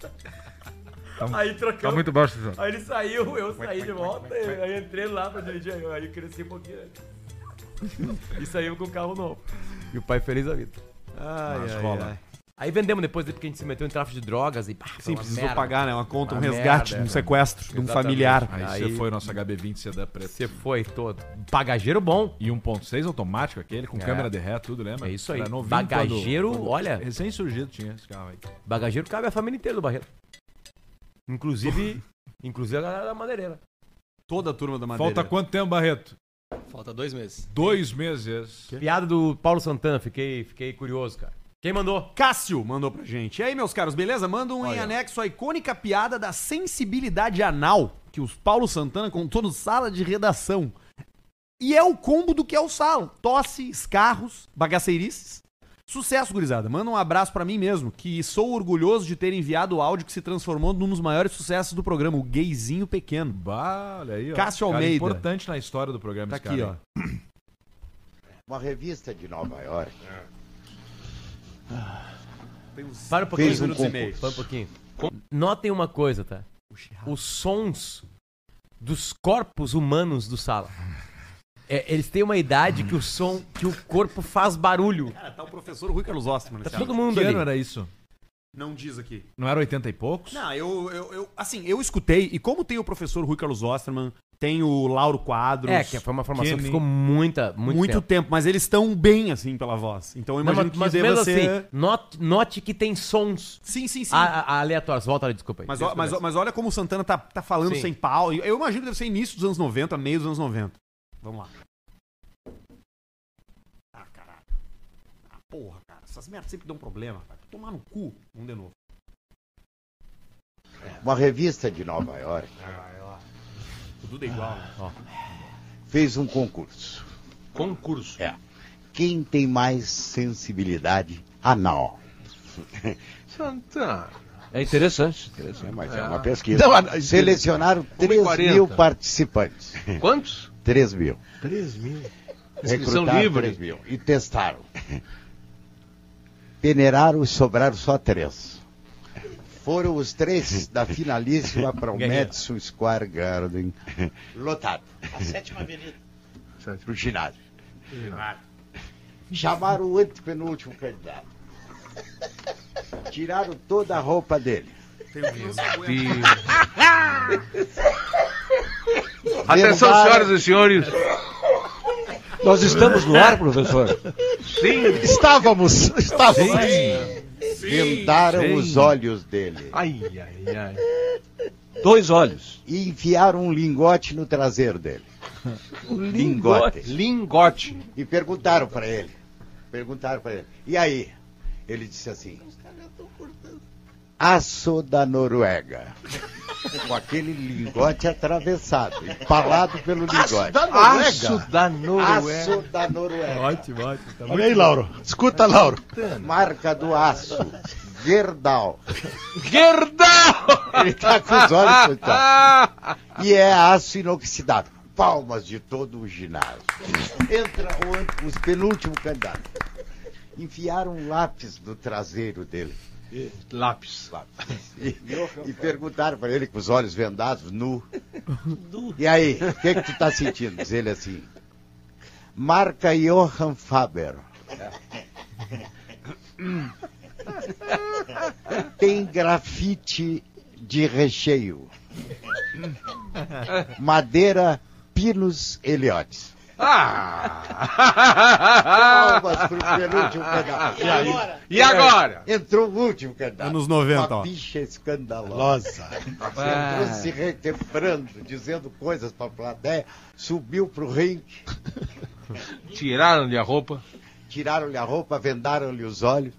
S4: Aí trocou.
S3: tá
S1: Tá
S3: baixo, João.
S4: Aí ele saiu, eu
S1: é
S4: saí de volta, aí entrei lá pra dirigir, aí eu- aí eu cresci um pouquinho. né? E saímos com o carro novo. E o pai feliz da vida.
S1: Ai,
S3: Mas
S1: ai,
S3: rola.
S1: ai.
S4: Aí vendemos depois, porque a gente se meteu em tráfico de drogas e pá, foi
S1: Sim,
S4: uma
S1: precisou
S4: merda.
S1: pagar, né? Uma conta, um
S4: Uma
S1: resgate,
S4: merda,
S1: um
S4: né?
S1: sequestro de um
S4: Exatamente.
S1: familiar.
S3: Aí,
S4: Aí-
S3: você foi nosso HB20 sedã preto.
S4: Você foi todo. Bagageiro bom.
S3: E 1.6 automático aquele, com
S4: É.
S3: câmera de ré, tudo, lembra?
S4: É isso aí.
S3: Era novinho
S4: Bagageiro,
S3: quando- quando-
S4: olha.
S3: Recém-surgido tinha esse carro aí.
S4: Bagageiro cabe a família inteira do Barreto. Inclusive. inclusive a galera da madeireira.
S1: Toda a turma da Madeira.
S3: Falta quanto tempo, Barreto?
S10: Falta dois meses.
S3: Dois meses.
S4: Piada do Paulo Santana, fiquei, fiquei curioso, cara. Quem mandou?
S1: Cássio mandou pra gente. E aí, meus caros, beleza? Manda um em
S4: Olha.
S1: anexo à icônica piada da sensibilidade anal que o Paulo Santana contou no sala de redação. E é o combo do que é o sala. Tosse, escarros, bagaceirices. Sucesso, gurizada. Manda um abraço pra mim mesmo, que sou orgulhoso de ter enviado o áudio que se transformou num dos maiores sucessos do programa, o Gayzinho Pequeno.
S3: Bah, olha aí, ó.
S1: Cássio
S3: Cara
S1: Almeida.
S3: importante na história do programa
S1: Tá
S3: esse
S1: aqui,
S3: cara,
S1: ó.
S3: hein?
S2: Uma revista de Nova York
S4: Para um pouquinho.
S2: Fez um
S4: minutos e
S2: concurso.
S4: meio. Para um pouquinho. Notem uma coisa, tá? Os sons dos corpos humanos do sala. É, eles têm uma idade que o som, que o corpo faz barulho.
S1: Cara, tá o professor Rui Carlos Ostman.
S4: Tá
S1: nesse
S4: todo
S1: áudio.
S4: mundo
S3: Que ano
S4: ali.
S3: era isso?
S1: Não diz aqui.
S3: Não era 80 e poucos?
S1: Não, eu, eu, eu- assim, eu escutei, e como tem o professor Rui Carlos Osterman, tem o Lauro Quadros,
S4: É, que foi uma formação que
S3: Kenny.
S4: ficou muita, muito,
S1: muito,
S4: tempo.
S1: tempo. mas eles estão bem, assim, pela voz. Então eu
S4: Não,
S1: imagino que
S4: mas, mas
S1: deva
S4: mesmo
S1: ser...
S4: assim, note, note que tem sons
S1: Sim, sim, sim.
S4: a- a- Ah, aleatórios. Volta ali, desculpa aí.
S1: mas,
S4: Desculpa
S1: ó- mas,
S4: aí.
S1: ó- mas olha como o Santana tá, tá falando
S4: Sim.
S1: sem pau. Eu imagino que deve ser início dos anos 90, meio dos anos 90. Vamos lá. Ah, caralho. Ah, porra, cara. Essas merdas sempre dão problema. Vai tomar no cu. Vamos de novo.
S2: Uma revista de Nova York
S1: Tudo é igual, né?
S2: fez um concurso.
S4: Concurso.
S2: É. Quem tem mais sensibilidade anal?
S10: É interessante.
S2: É, mas é uma pesquisa. Selecionaram 3 mil participantes.
S10: Quantos?
S2: 3 mil.
S10: 3 mil.
S2: Recrutaram 3 mil. E testaram. Peneiraram e sobraram só três. Foram os três da finalíssima
S4: um
S2: para o Madison Square Garden. Lotado. A sétima avenida. Pro ginásio. Chamaram o antepenúltimo candidato. Tiraram toda a roupa dele. Atenção, senhoras e
S10: senhores. Nós estamos no ar, professor.
S2: Estávamos, estávamos. Vendaram
S3: sim.
S2: os olhos dele
S10: Ai, ai, ai. Dois olhos.
S2: e enfiaram um lingote no traseiro dele. Lingote.
S10: Lingote.
S2: E perguntaram para ele. Perguntaram para ele. E aí? Ele disse assim: Aço da Noruega. Com aquele lingote atravessado, empalado pelo lingote.
S10: Aço da Noruega.
S2: Aço da Noruega.
S4: Ótimo, ótimo. Tá
S2: Olha aí, Lauro. Escuta, Lauro. Marca do aço. Gerdau.
S10: Gerdau!
S2: Ele tá com os olhos fechados. E é aço inoxidável. Palmas de todo o ginásio. Entra o ant- os penúltimo candidato. Enfiaram um lápis no traseiro dele.
S10: Lápis.
S2: E, e perguntaram pra ele com os olhos vendados, nu. E aí, o que, que tu tá sentindo? Diz ele assim. Marca Johann Faber. Tem grafite de recheio. Madeira Pinus Eliotes. Ah! Palmas pro penúltimo candidato.
S11: E agora? E agora?
S2: Entrou o último candidato.
S1: Anos
S4: Ah,
S1: 90, ó.
S2: Uma bicha escandalosa. Entrou se requebrando, dizendo coisas pra plateia, subiu pro ringue,
S11: Tiraram-lhe a roupa.
S2: tiraram-lhe a roupa, vendaram-lhe os olhos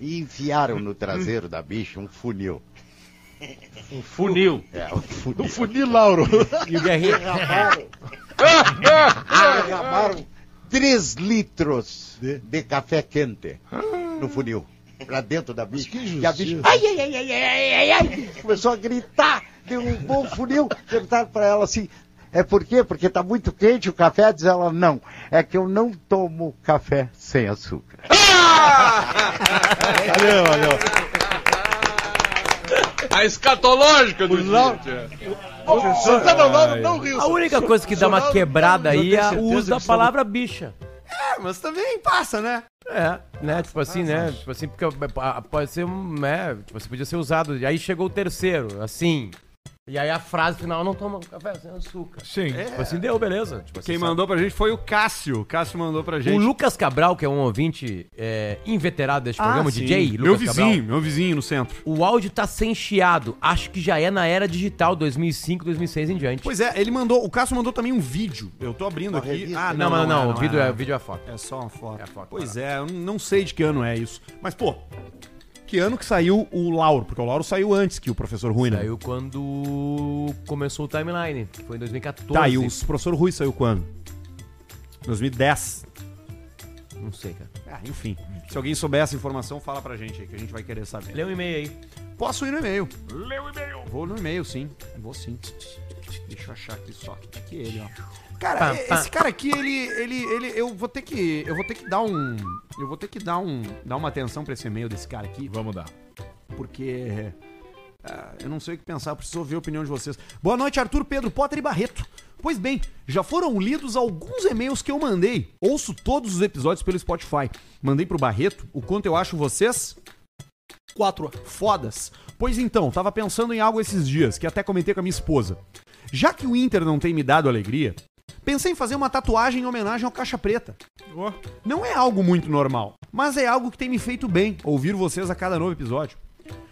S2: e enfiaram no traseiro da bicha um funil.
S11: Um funil.
S2: É, um funil.
S11: Um funil, Lauro.
S4: E o Guerrinha.
S2: Derramaram, Ah, derramaram 3 litros de... café quente no funil. Pra dentro da bicha. E a bicha. Ai, ai, ai, ai, ai, ai, ai, Começou a gritar, derrubou o funil. Perguntaram pra ela assim. É por quê? Porque tá muito quente o café? Diz ela, não. É que eu não tomo café sem açúcar. Ah!
S11: Valeu, valeu. A escatológica do é. dia.
S2: Você tá no lado, não riu.
S4: A única coisa que dá uma quebrada aí é o uso da palavra bicha.
S1: É, mas também passa, né?
S4: É, né? Tipo assim, né? Tipo assim, porque ah, pode ser um. Né? Tipo assim, podia ser usado. E aí chegou o terceiro, assim. E aí a frase final não toma café sem açúcar.
S3: Sim.
S4: Tipo assim, deu, beleza. Tipo assim,
S1: Quem
S4: sabe?
S1: mandou pra gente foi o Cássio. O Cássio mandou pra gente.
S4: O Lucas Cabral, que é um ouvinte é, inveterado deste programa,
S1: Ah, sim.
S4: DJ,
S1: meu
S4: Lucas
S1: vizinho, meu vizinho no centro.
S4: O áudio tá sem chiado. Acho que já é na era digital, 2005, 2006 em diante.
S1: Pois é, ele mandou, o Cássio mandou também um vídeo. Eu tô abrindo aqui.
S2: revista,
S1: ah,
S2: né?
S4: não, não, não,
S1: é,
S4: o vídeo é,
S1: é.
S4: o vídeo é a foto.
S1: É só uma foto.
S4: É a foto,
S1: pois é, eu não sei de que ano é isso. Mas, pô, que ano que saiu o Lauro? Porque o Lauro saiu antes que o professor Rui, né?
S4: Saiu quando começou o timeline, que foi em 2014.
S1: Tá, e o professor Rui saiu quando? 2010.
S4: Não sei, cara.
S1: Ah, enfim. Se alguém souber essa informação, fala pra gente aí, que a gente vai querer saber.
S4: Lê um e-mail aí.
S1: Posso ir no e-mail. Leu o e-mail. Vou no e-mail, sim. Vou sim. Deixa eu achar aqui só. que que é ele, ó. Cara,
S4: Pam,
S1: e-
S4: pam.
S1: esse cara aqui, ele, ele, ele, eu vou ter que, eu vou ter que dar um, eu vou ter que dar um, dar uma atenção pra esse e-mail desse cara aqui,
S3: Vamos dar.
S1: porque é, ah, eu não sei o que pensar, eu preciso ouvir a opinião de vocês. Boa noite, Arthur, Pedro, Potter e Barreto. Pois bem, já foram lidos alguns e-mails que eu mandei. Ouço todos os episódios pelo Spotify. Mandei pro Barreto o quanto eu acho vocês Quatro. Fodas. Pois então, tava pensando em algo esses dias, que até comentei com a minha esposa. Já que o Inter não tem me dado alegria, pensei em fazer uma tatuagem em homenagem ao Caixa Preta. Não é algo muito normal, mas é algo que tem me feito bem ouvir vocês a cada novo episódio.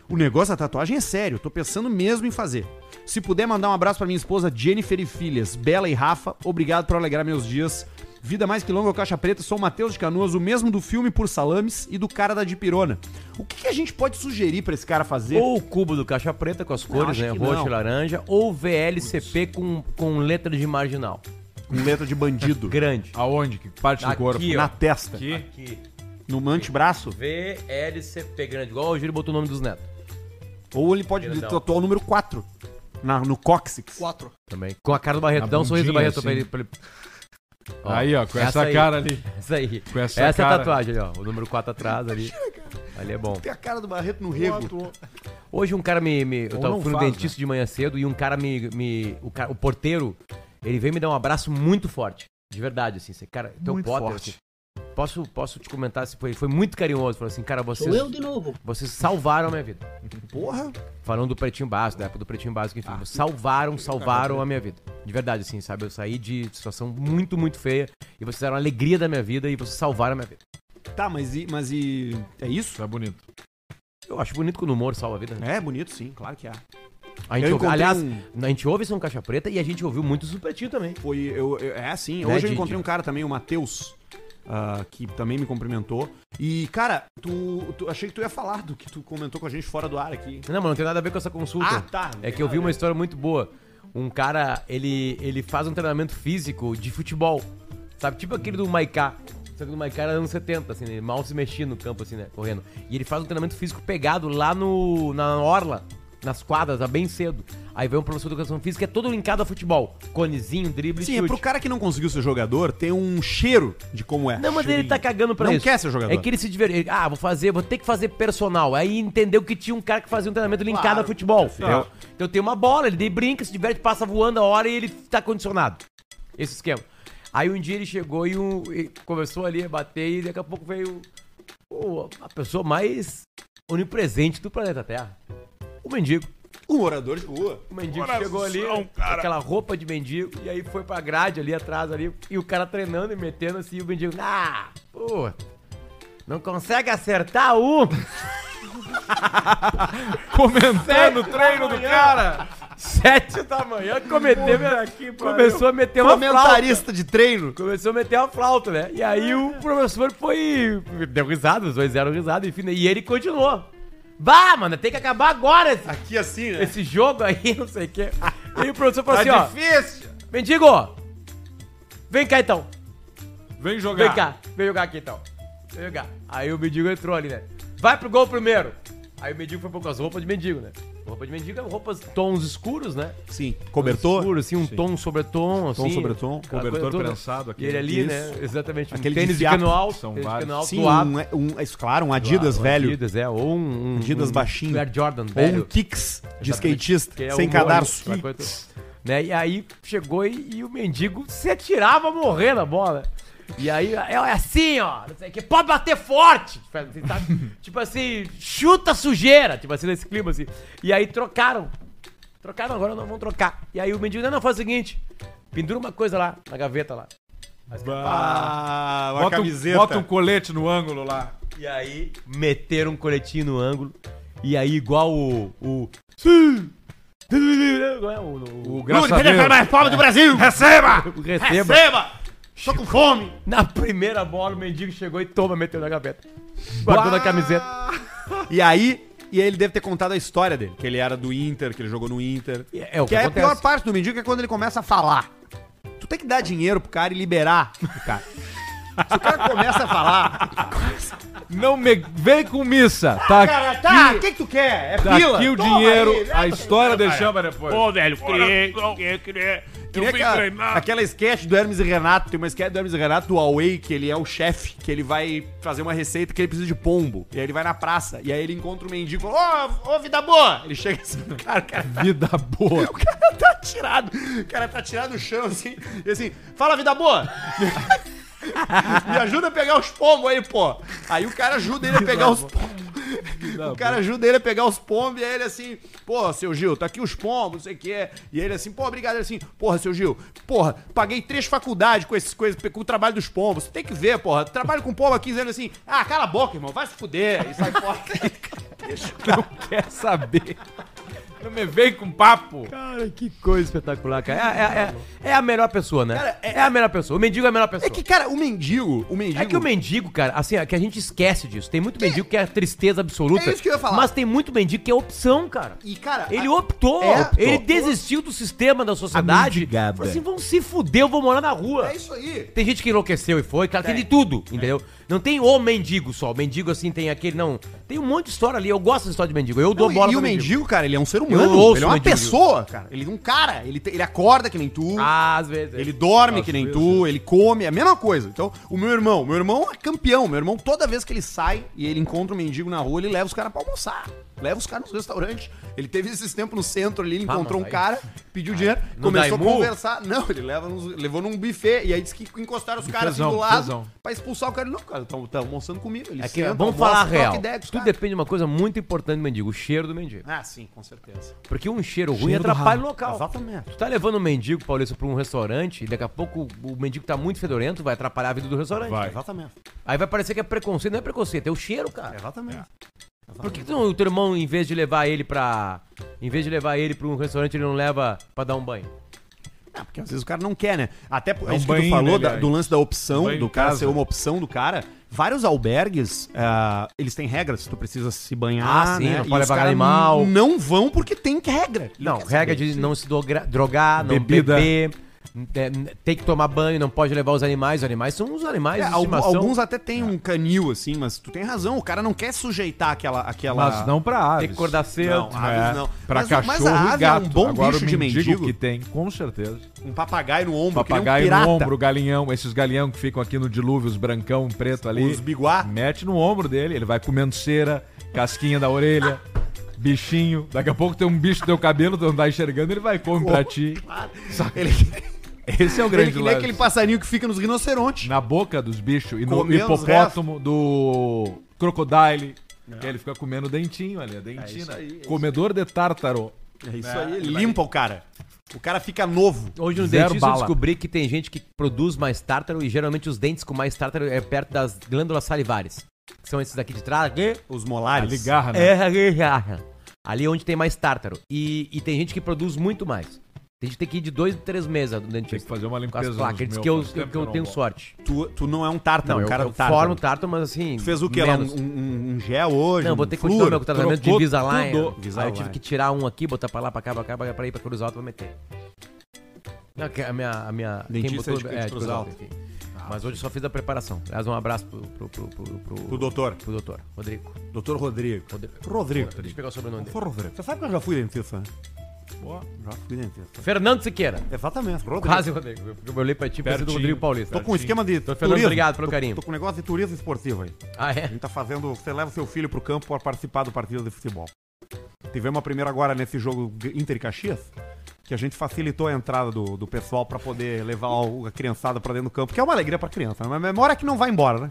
S1: O negócio da tatuagem é sério, tô pensando mesmo em fazer. Se puder mandar um abraço pra minha esposa Jennifer e filhas, Bela e Rafa, obrigado por alegrar meus dias. Vida mais que longa, o Caixa Preta, sou o Matheus de Canoas, o mesmo do filme Por Salames e do cara da Dipirona. O que, que a gente pode sugerir pra esse cara fazer?
S4: Ou o cubo do caixa preta com as cores,
S1: acho
S4: né?
S1: que
S4: Roxo
S1: não.
S4: e laranja. Ou VLCP com, com letra de marginal.
S1: Um letra de bandido.
S4: Grande.
S3: Aonde? Que parte do
S4: Aqui,
S3: corpo?
S4: ó.
S1: Na testa.
S3: Aqui.
S4: Aqui.
S1: No antebraço.
S4: VLCP grande. Igual o Júlio botou o nome dos netos.
S1: Ou ele pode
S4: Grandão.
S1: tatuar o número 4. Na, no cóccix.
S10: Quatro.
S4: Também. Com a cara do Barreto.
S3: Na
S4: Dá um sorriso do
S3: bundinha,
S4: Barreto pra
S3: assim.
S4: ele. pra ele-
S3: Aí, ó, com essa,
S4: aí.
S3: cara ali.
S4: Essa aí.
S3: Com essa
S4: é a
S3: cara.
S4: tatuagem, ó. O número 4 atrás ali. Ali é bom.
S1: Tem a cara do Barreto no rego.
S4: Hoje um cara me. me- eu
S3: Ou
S4: tava,
S3: não
S4: fui no
S3: faz,
S4: dentista de manhã cedo e um cara me. me o, cara- o porteiro, ele veio me dar um abraço muito forte. De verdade, assim. assim, Cara, teu
S3: Muito
S4: Potter.
S3: forte.
S4: assim, posso, posso te comentar se foi, foi muito carinhoso. Falou assim, cara,
S10: Sou
S4: vocês,
S10: eu de novo.
S4: vocês salvaram a minha vida.
S1: Porra.
S4: Falando do pretinho básico, da época do pretinho básico, enfim. Salvaram, salvaram a minha vida. De verdade, assim, sabe? Eu saí de situação muito, muito feia. E vocês eram a alegria da minha vida e vocês salvaram a minha vida.
S1: Tá, mas e, mas e. É isso?
S3: Tá bonito.
S4: Eu acho bonito quando o humor salva a vida. né?
S1: É bonito, sim, claro que é.
S4: A gente
S1: Eu
S4: ouve-
S1: encontrei
S4: aliás,
S1: um-
S4: a gente ouve São Caixa Preta e a gente ouviu muito Supertinho também.
S1: Foi. Eu, eu- é assim.
S4: Né,
S1: Hoje eu
S4: Didi?
S1: encontrei um cara também, o Matheus, ah, que também me cumprimentou. E, cara, tu, tu- Achei que tu ia falar do que tu comentou com a gente fora do ar aqui.
S4: Não, mas não tem nada a ver com essa consulta.
S1: Ah, tá.
S4: É que eu vi uma história muito boa. Um cara, ele, ele faz um treinamento físico de futebol. Sabe? Tipo aquele do Maiká. Só que o do Maiká era anos 70, assim, né? Ele mal se mexia no campo, assim, né? Correndo. E ele faz um treinamento físico pegado lá no, na Orla, nas quadras, lá bem cedo. Aí vem um professor de educação física, que é todo linkado a futebol. Conezinho, drible,
S1: Sim,
S4: chute.
S1: é pro cara que não conseguiu ser jogador ter um cheiro de como é.
S4: Não, mas ele tá cagando pra
S1: Não
S4: isso.
S1: quer ser jogador.
S4: É que ele se divertiu. Ele, Ah, vou fazer, vou ter que fazer personal. Aí entendeu que tinha um cara que fazia um treinamento linkado
S1: Claro,
S4: a futebol.
S1: perfeito.
S4: entendeu? Então tem uma bola, ele brinca, se diverte, passa voando a hora e ele tá condicionado. Esse esquema. Aí um dia ele chegou e, um, e começou ali a bater e daqui a pouco veio o- a pessoa mais onipresente do planeta Terra. O mendigo.
S1: Um morador de rua.
S4: O mendigo chegou ali, com aquela roupa de mendigo, e aí foi pra grade ali atrás ali, e o cara treinando e metendo assim, e o mendigo, ah, pô, não consegue acertar um?
S3: Comentando o treino do cara.
S4: Sete da manhã, cometeu, começou a meter uma flauta.
S1: Comentarista de treino.
S4: Começou a meter uma flauta, né? E aí o professor foi. Deu risada, os dois deram risada, enfim. né? E ele continuou. Bah, mano, tem que acabar agora esse,
S1: Aqui assim, né?
S4: esse jogo aí, não sei o quê. E aí o professor falou assim: ó,
S1: difícil.
S4: mendigo, vem cá então.
S3: Vem jogar.
S4: Vem cá, vem jogar aqui então. Vem jogar. Aí o mendigo entrou ali, né? Vai pro gol primeiro. Aí o mendigo foi pro- com as roupas de mendigo, né? Roupa de mendigo é roupas tons escuros, né?
S1: Sim.
S4: Tons
S1: Cobertor.
S4: escuros, assim, um tom sobre tom, assim.
S1: sobre tom,
S4: aquela
S3: cobertor
S4: coisa toda.
S3: prensado aqui.
S4: E ele ali,
S1: Isso.
S4: né? Exatamente.
S1: Aquele
S4: um tênis
S1: de
S4: de
S1: fiapo.
S4: cano alto.
S3: São
S4: tênis de
S3: vários.
S4: cano alto
S1: Sim,
S4: suado.
S1: um, um, é, claro, um Adidas
S4: Claro,
S1: velho.
S4: Adidas, é. Ou um. um-
S1: Adidas
S4: um
S1: baixinho.
S4: Air Jordan
S1: Ou
S4: velho.
S1: um Kicks de
S4: Exatamente.
S1: skatista,
S4: Que é
S1: sem
S4: o
S1: cadarço.
S4: molho, aquela coisa toda. Né? E aí chegou e, e o mendigo se atirava a morrer na bola. E aí é assim, ó, não sei o que, pode bater forte. Tipo assim, sabe? Tipo assim, chuta sujeira, tipo assim, nesse clima assim. E aí trocaram. Trocaram agora, não vão trocar. E aí o mendigo, não, não, faz o seguinte: pendura uma coisa lá, na gaveta lá. é
S1: Ah, uma
S3: Bota um,
S1: camiseta.
S3: bota um colete no ângulo lá.
S4: E aí meteram um coletinho no ângulo. E aí, igual o. O. Não é o- o- o-
S3: Graças a Deus.
S1: pobre do Brasil. Receba!
S4: o receba.
S1: Tô com fome.
S4: Na primeira bola, o mendigo chegou e toma, meteu na gaveta. Guardou na camiseta.
S1: E aí, e ele deve ter contado a história dele, que ele era do Inter, que ele jogou no Inter.
S4: E é o
S1: que
S4: que
S1: é a
S4: acontece.
S1: pior parte do mendigo, que é quando ele começa a falar. Tu tem que dar dinheiro pro cara e liberar o cara. Se o cara começa a falar,
S3: Não me... Vem com missa. Tá
S1: cara, tá, o que, que tu quer? É
S3: Daqui
S1: fila?
S3: o
S1: Toma
S3: dinheiro,
S1: aí,
S3: a história deixamos depois.
S11: velho, criei, criei, criei.
S1: Que nem aquela, aquela sketch do Hermes e Renato, tem uma sketch do Hermes e Renato do Huawei, que ele é o chefe, que ele vai fazer uma receita que ele precisa de pombo. E aí ele vai na praça, e aí ele encontra o mendigo e fala, ô, ô, vida boa! Ele chega assim pro cara, o cara,
S3: Vida boa.
S1: o cara tá tirado, o cara tá tirado do chão assim, e assim, fala vida boa! Me ajuda a pegar os pombos aí, pô! Aí o cara ajuda ele a pegar os pombos. O cara ajuda ele a pegar os pombos e aí ele assim, pô, seu Gil, tá aqui os pombos, não sei o que. E ele assim, pô, obrigado. Ele assim, porra, seu Gil, porra, paguei três faculdades com essas coisas, com o trabalho dos pombos. Você tem que ver, porra. Trabalho com pombo há 15 anos assim, ah, cala a boca, irmão, vai se fuder. E sai fora.
S4: É
S3: Não quer saber. Não me vem com papo.
S4: Cara, que coisa espetacular, cara. É, é- é- é a melhor pessoa, né? é, a melhor pessoa. O mendigo é a melhor pessoa.
S1: É que, cara, o mendigo, o mendigo.
S4: É que o mendigo, cara, assim, é que a gente esquece disso. Tem muito mendigo que é tristeza absoluta.
S1: É isso que eu ia falar.
S4: Mas tem muito mendigo que é opção, cara.
S1: E, cara,
S4: Ele
S1: a-
S4: optou,
S1: É, optou.
S4: ele desistiu do sistema da sociedade.
S1: mendigada.
S4: Falou assim, vão se fuder, eu vou morar na rua.
S1: É isso aí.
S4: Tem gente que enlouqueceu e foi, cara, tem de tudo, entendeu? Não tem o mendigo só. O mendigo, assim, tem aquele, não. Tem um monte de história ali. Eu gosto de história de mendigo. Eu dou
S1: Não, e-
S4: bola
S1: e
S4: pro
S1: o mendigo, cara, ele é um ser
S4: Eu
S1: humano.
S4: ouço
S1: ele é uma
S4: o mendigo.
S1: pessoa, cara. Ele é um cara. Ele, te- ele acorda que nem tu.
S4: Ah, Às vezes.
S1: Ele dorme
S4: É, Às
S1: que nem
S4: vezes.
S1: tu, ele come, é a mesma coisa. Então, o meu irmão, meu irmão é campeão. Meu irmão, toda vez que ele sai e ele encontra um mendigo na rua, ele leva os caras pra almoçar. Leva os caras nos restaurantes. Ele teve esses tempos no centro ali, ele
S4: Ah,
S1: encontrou
S4: mas
S1: um
S4: aí-
S1: cara, pediu dinheiro,
S4: no
S1: começou a
S4: Daimu?
S1: conversar. Não, ele leva nos- levou num buffet e aí disse que encostaram os caras assim do
S3: Bufezão,
S1: lado
S3: bufezão.
S1: pra expulsar o cara. Ele, Não, cara, tá, tá almoçando comigo. Ele
S4: É que,
S1: senta,
S4: vamos
S1: almoça,
S4: falar a
S1: troca
S4: real.
S1: ideia com os
S4: Tudo
S1: caras.
S4: depende de uma coisa muito importante do mendigo, o cheiro do mendigo.
S1: Ah, sim, com certeza.
S4: Porque um cheiro ruim
S3: Cheiro do
S4: atrapalha
S3: ralo.
S4: o local.
S1: Exatamente.
S4: Tu tá levando um mendigo, Paulista, pra um restaurante e daqui a pouco o mendigo tá muito fedorento, vai atrapalhar a vida do restaurante.
S1: Exatamente.
S4: Aí vai parecer que é preconceito. Não é preconceito, é o cheiro, cara.
S1: Exatamente.
S4: Por que, que tu não- o teu irmão, em vez de levar ele pra. Em vez de levar ele pra um restaurante, ele não leva pra dar um banho?
S1: Ah, porque às vezes o cara não quer, né? Até por,
S3: É um
S1: isso que tu
S3: banho,
S1: falou
S3: né,
S1: da-
S3: aliás.
S1: do lance da opção,
S3: Banho
S1: do
S3: em
S1: cara
S3: casa.
S1: ser uma opção do cara. Vários albergues, ah, eles têm regras. Tu precisa se banhar,
S4: Ah, sim,
S1: né?
S4: não
S1: E
S4: pode
S1: os
S4: levar
S1: caras
S4: animal.
S1: n- Não vão porque tem regra. Ele
S4: Não,
S1: quer
S4: regra
S1: saber.
S4: de não se dogra- drogar, não
S3: Bebida.
S4: beber, é, n- tem que tomar banho, não pode levar os animais. Os animais são os animais
S1: É,
S4: de
S1: al-
S4: estimação.
S1: alguns até tem um canil, assim, mas tu tem razão. O cara não quer sujeitar aquela... aquela...
S3: Mas não pra aves.
S4: Tem que acordar cedo.
S1: Não, aves
S3: Ah. É,
S1: não.
S3: Pra
S1: Mas o- mas a
S3: cachorro
S1: ave é um
S3: e gato.
S1: bom bicho
S3: o
S1: de
S3: mendigo
S1: mendigo.
S3: que tem, com certeza.
S1: Um papagaio no ombro, que nem um
S3: Papagaio no
S1: pirata.
S3: ombro, galinhão, esses galinhão que ficam aqui no dilúvio, os brancão, preto ali.
S1: Os biguá.
S3: Mete no ombro dele, ele vai comendo cera, casquinha da orelha, bichinho. Daqui a pouco tem um bicho no teu cabelo, tu não tá enxergando, ele vai comer pra ti.
S1: Ele,
S3: Esse é o
S1: ele
S3: grande
S1: que nem
S3: lance.
S1: aquele passarinho que fica nos rinocerontes.
S3: Na boca dos bichos e no
S1: Comendo os
S3: hipopótamo do
S4: É.
S3: crocodile. Que ele fica comendo dentinho ali, a dentina. Comedor de tártaro.
S1: É isso aí, ele limpa o cara. O cara fica novo.
S4: Hoje no
S1: Zero
S4: dentista eu
S1: bala.
S4: descobri que tem gente que produz mais tártaro e geralmente os dentes com mais tártaro é perto das glândulas salivares. Que são esses daqui de trás. aqui.
S1: Os molares.
S3: Ali garra, né?
S4: É, ali, garra. Ali é onde tem mais tártaro. E, e tem gente que produz muito mais. Tem gente que tem que ir de dois, três meses no dentista.
S3: Tem que fazer uma
S4: com as
S3: limpeza
S4: placas. Ele
S3: nos meus,
S4: diz que eu,
S3: faz tempo
S4: que eu
S3: não
S4: tenho
S3: vou.
S4: sorte.
S1: Tu, tu não é um tártaro,
S4: Não,
S1: o cara é
S4: eu,
S1: um
S4: eu
S1: tártaro.
S4: formo tártaro, mas assim...
S1: Tu fez o quê? Lá,
S4: menos.
S1: um, um- um gel hoje?
S4: Não, vou ter que continuar meu tratamento de
S3: trocou
S4: Visaline.
S3: tudo.
S4: Aí eu
S1: Invisalign.
S4: tive que tirar um aqui, botar pra lá, pra cá, pra cá, pra, pra ir pra Cruz Alta pra meter. Não, que a minha. A minha é,
S1: Dentista é de- de Cruz Alta.
S4: enfim. Mas hoje só fiz a preparação. Aliás, um abraço pro. pro, pro, pro,
S1: Pro doutor.
S4: Pro doutor, Rodrigo.
S1: Doutor Rodrigo.
S4: Rodrigo.
S1: Rodrigo.
S4: Deixa eu pegar o sobrenome dele.
S1: Você sabe que eu já fui dentista, né? Já fui dentista.
S4: Fernando Siqueira.
S1: Exatamente, Rodrigo.
S4: Quase, Rodrigo. Eu- Eu olhei pra ti, pensei do
S3: Pertinho.
S4: Rodrigo Paulista.
S1: Tô com um esquema de
S4: Tô, Fernando, obrigado pelo
S1: Tô-
S4: carinho.
S1: Tô, com um negócio de turismo esportivo aí.
S4: Ah,
S1: A
S4: é?
S1: gente tá fazendo... Você leva seu filho pro campo pra participar do partido de futebol. Tivemos a primeira agora nesse jogo Inter e Caxias, que a gente facilitou a entrada do, do pessoal pra poder levar o- a criançada pra dentro do campo, que é uma alegria pra criança, né? mas a memória que não vai embora, né?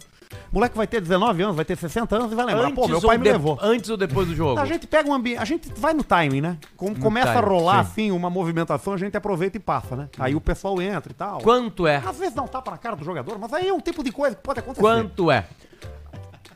S1: O moleque vai ter 19 anos, vai ter 60 anos e vai lembrar, Ah, pô, meu pai
S4: ou
S1: me
S4: de-
S1: levou.
S4: antes ou depois do jogo?
S1: A gente pega um ambiente. A gente vai no timing, né? Como começa a
S4: timing,
S1: rolar assim uma movimentação, a gente aproveita e passa, né? Aí o pessoal entra e tal.
S4: Quanto é?
S1: Às vezes dá um tapa na cara do jogador, mas aí é um tipo de coisa que pode acontecer.
S4: Quanto é?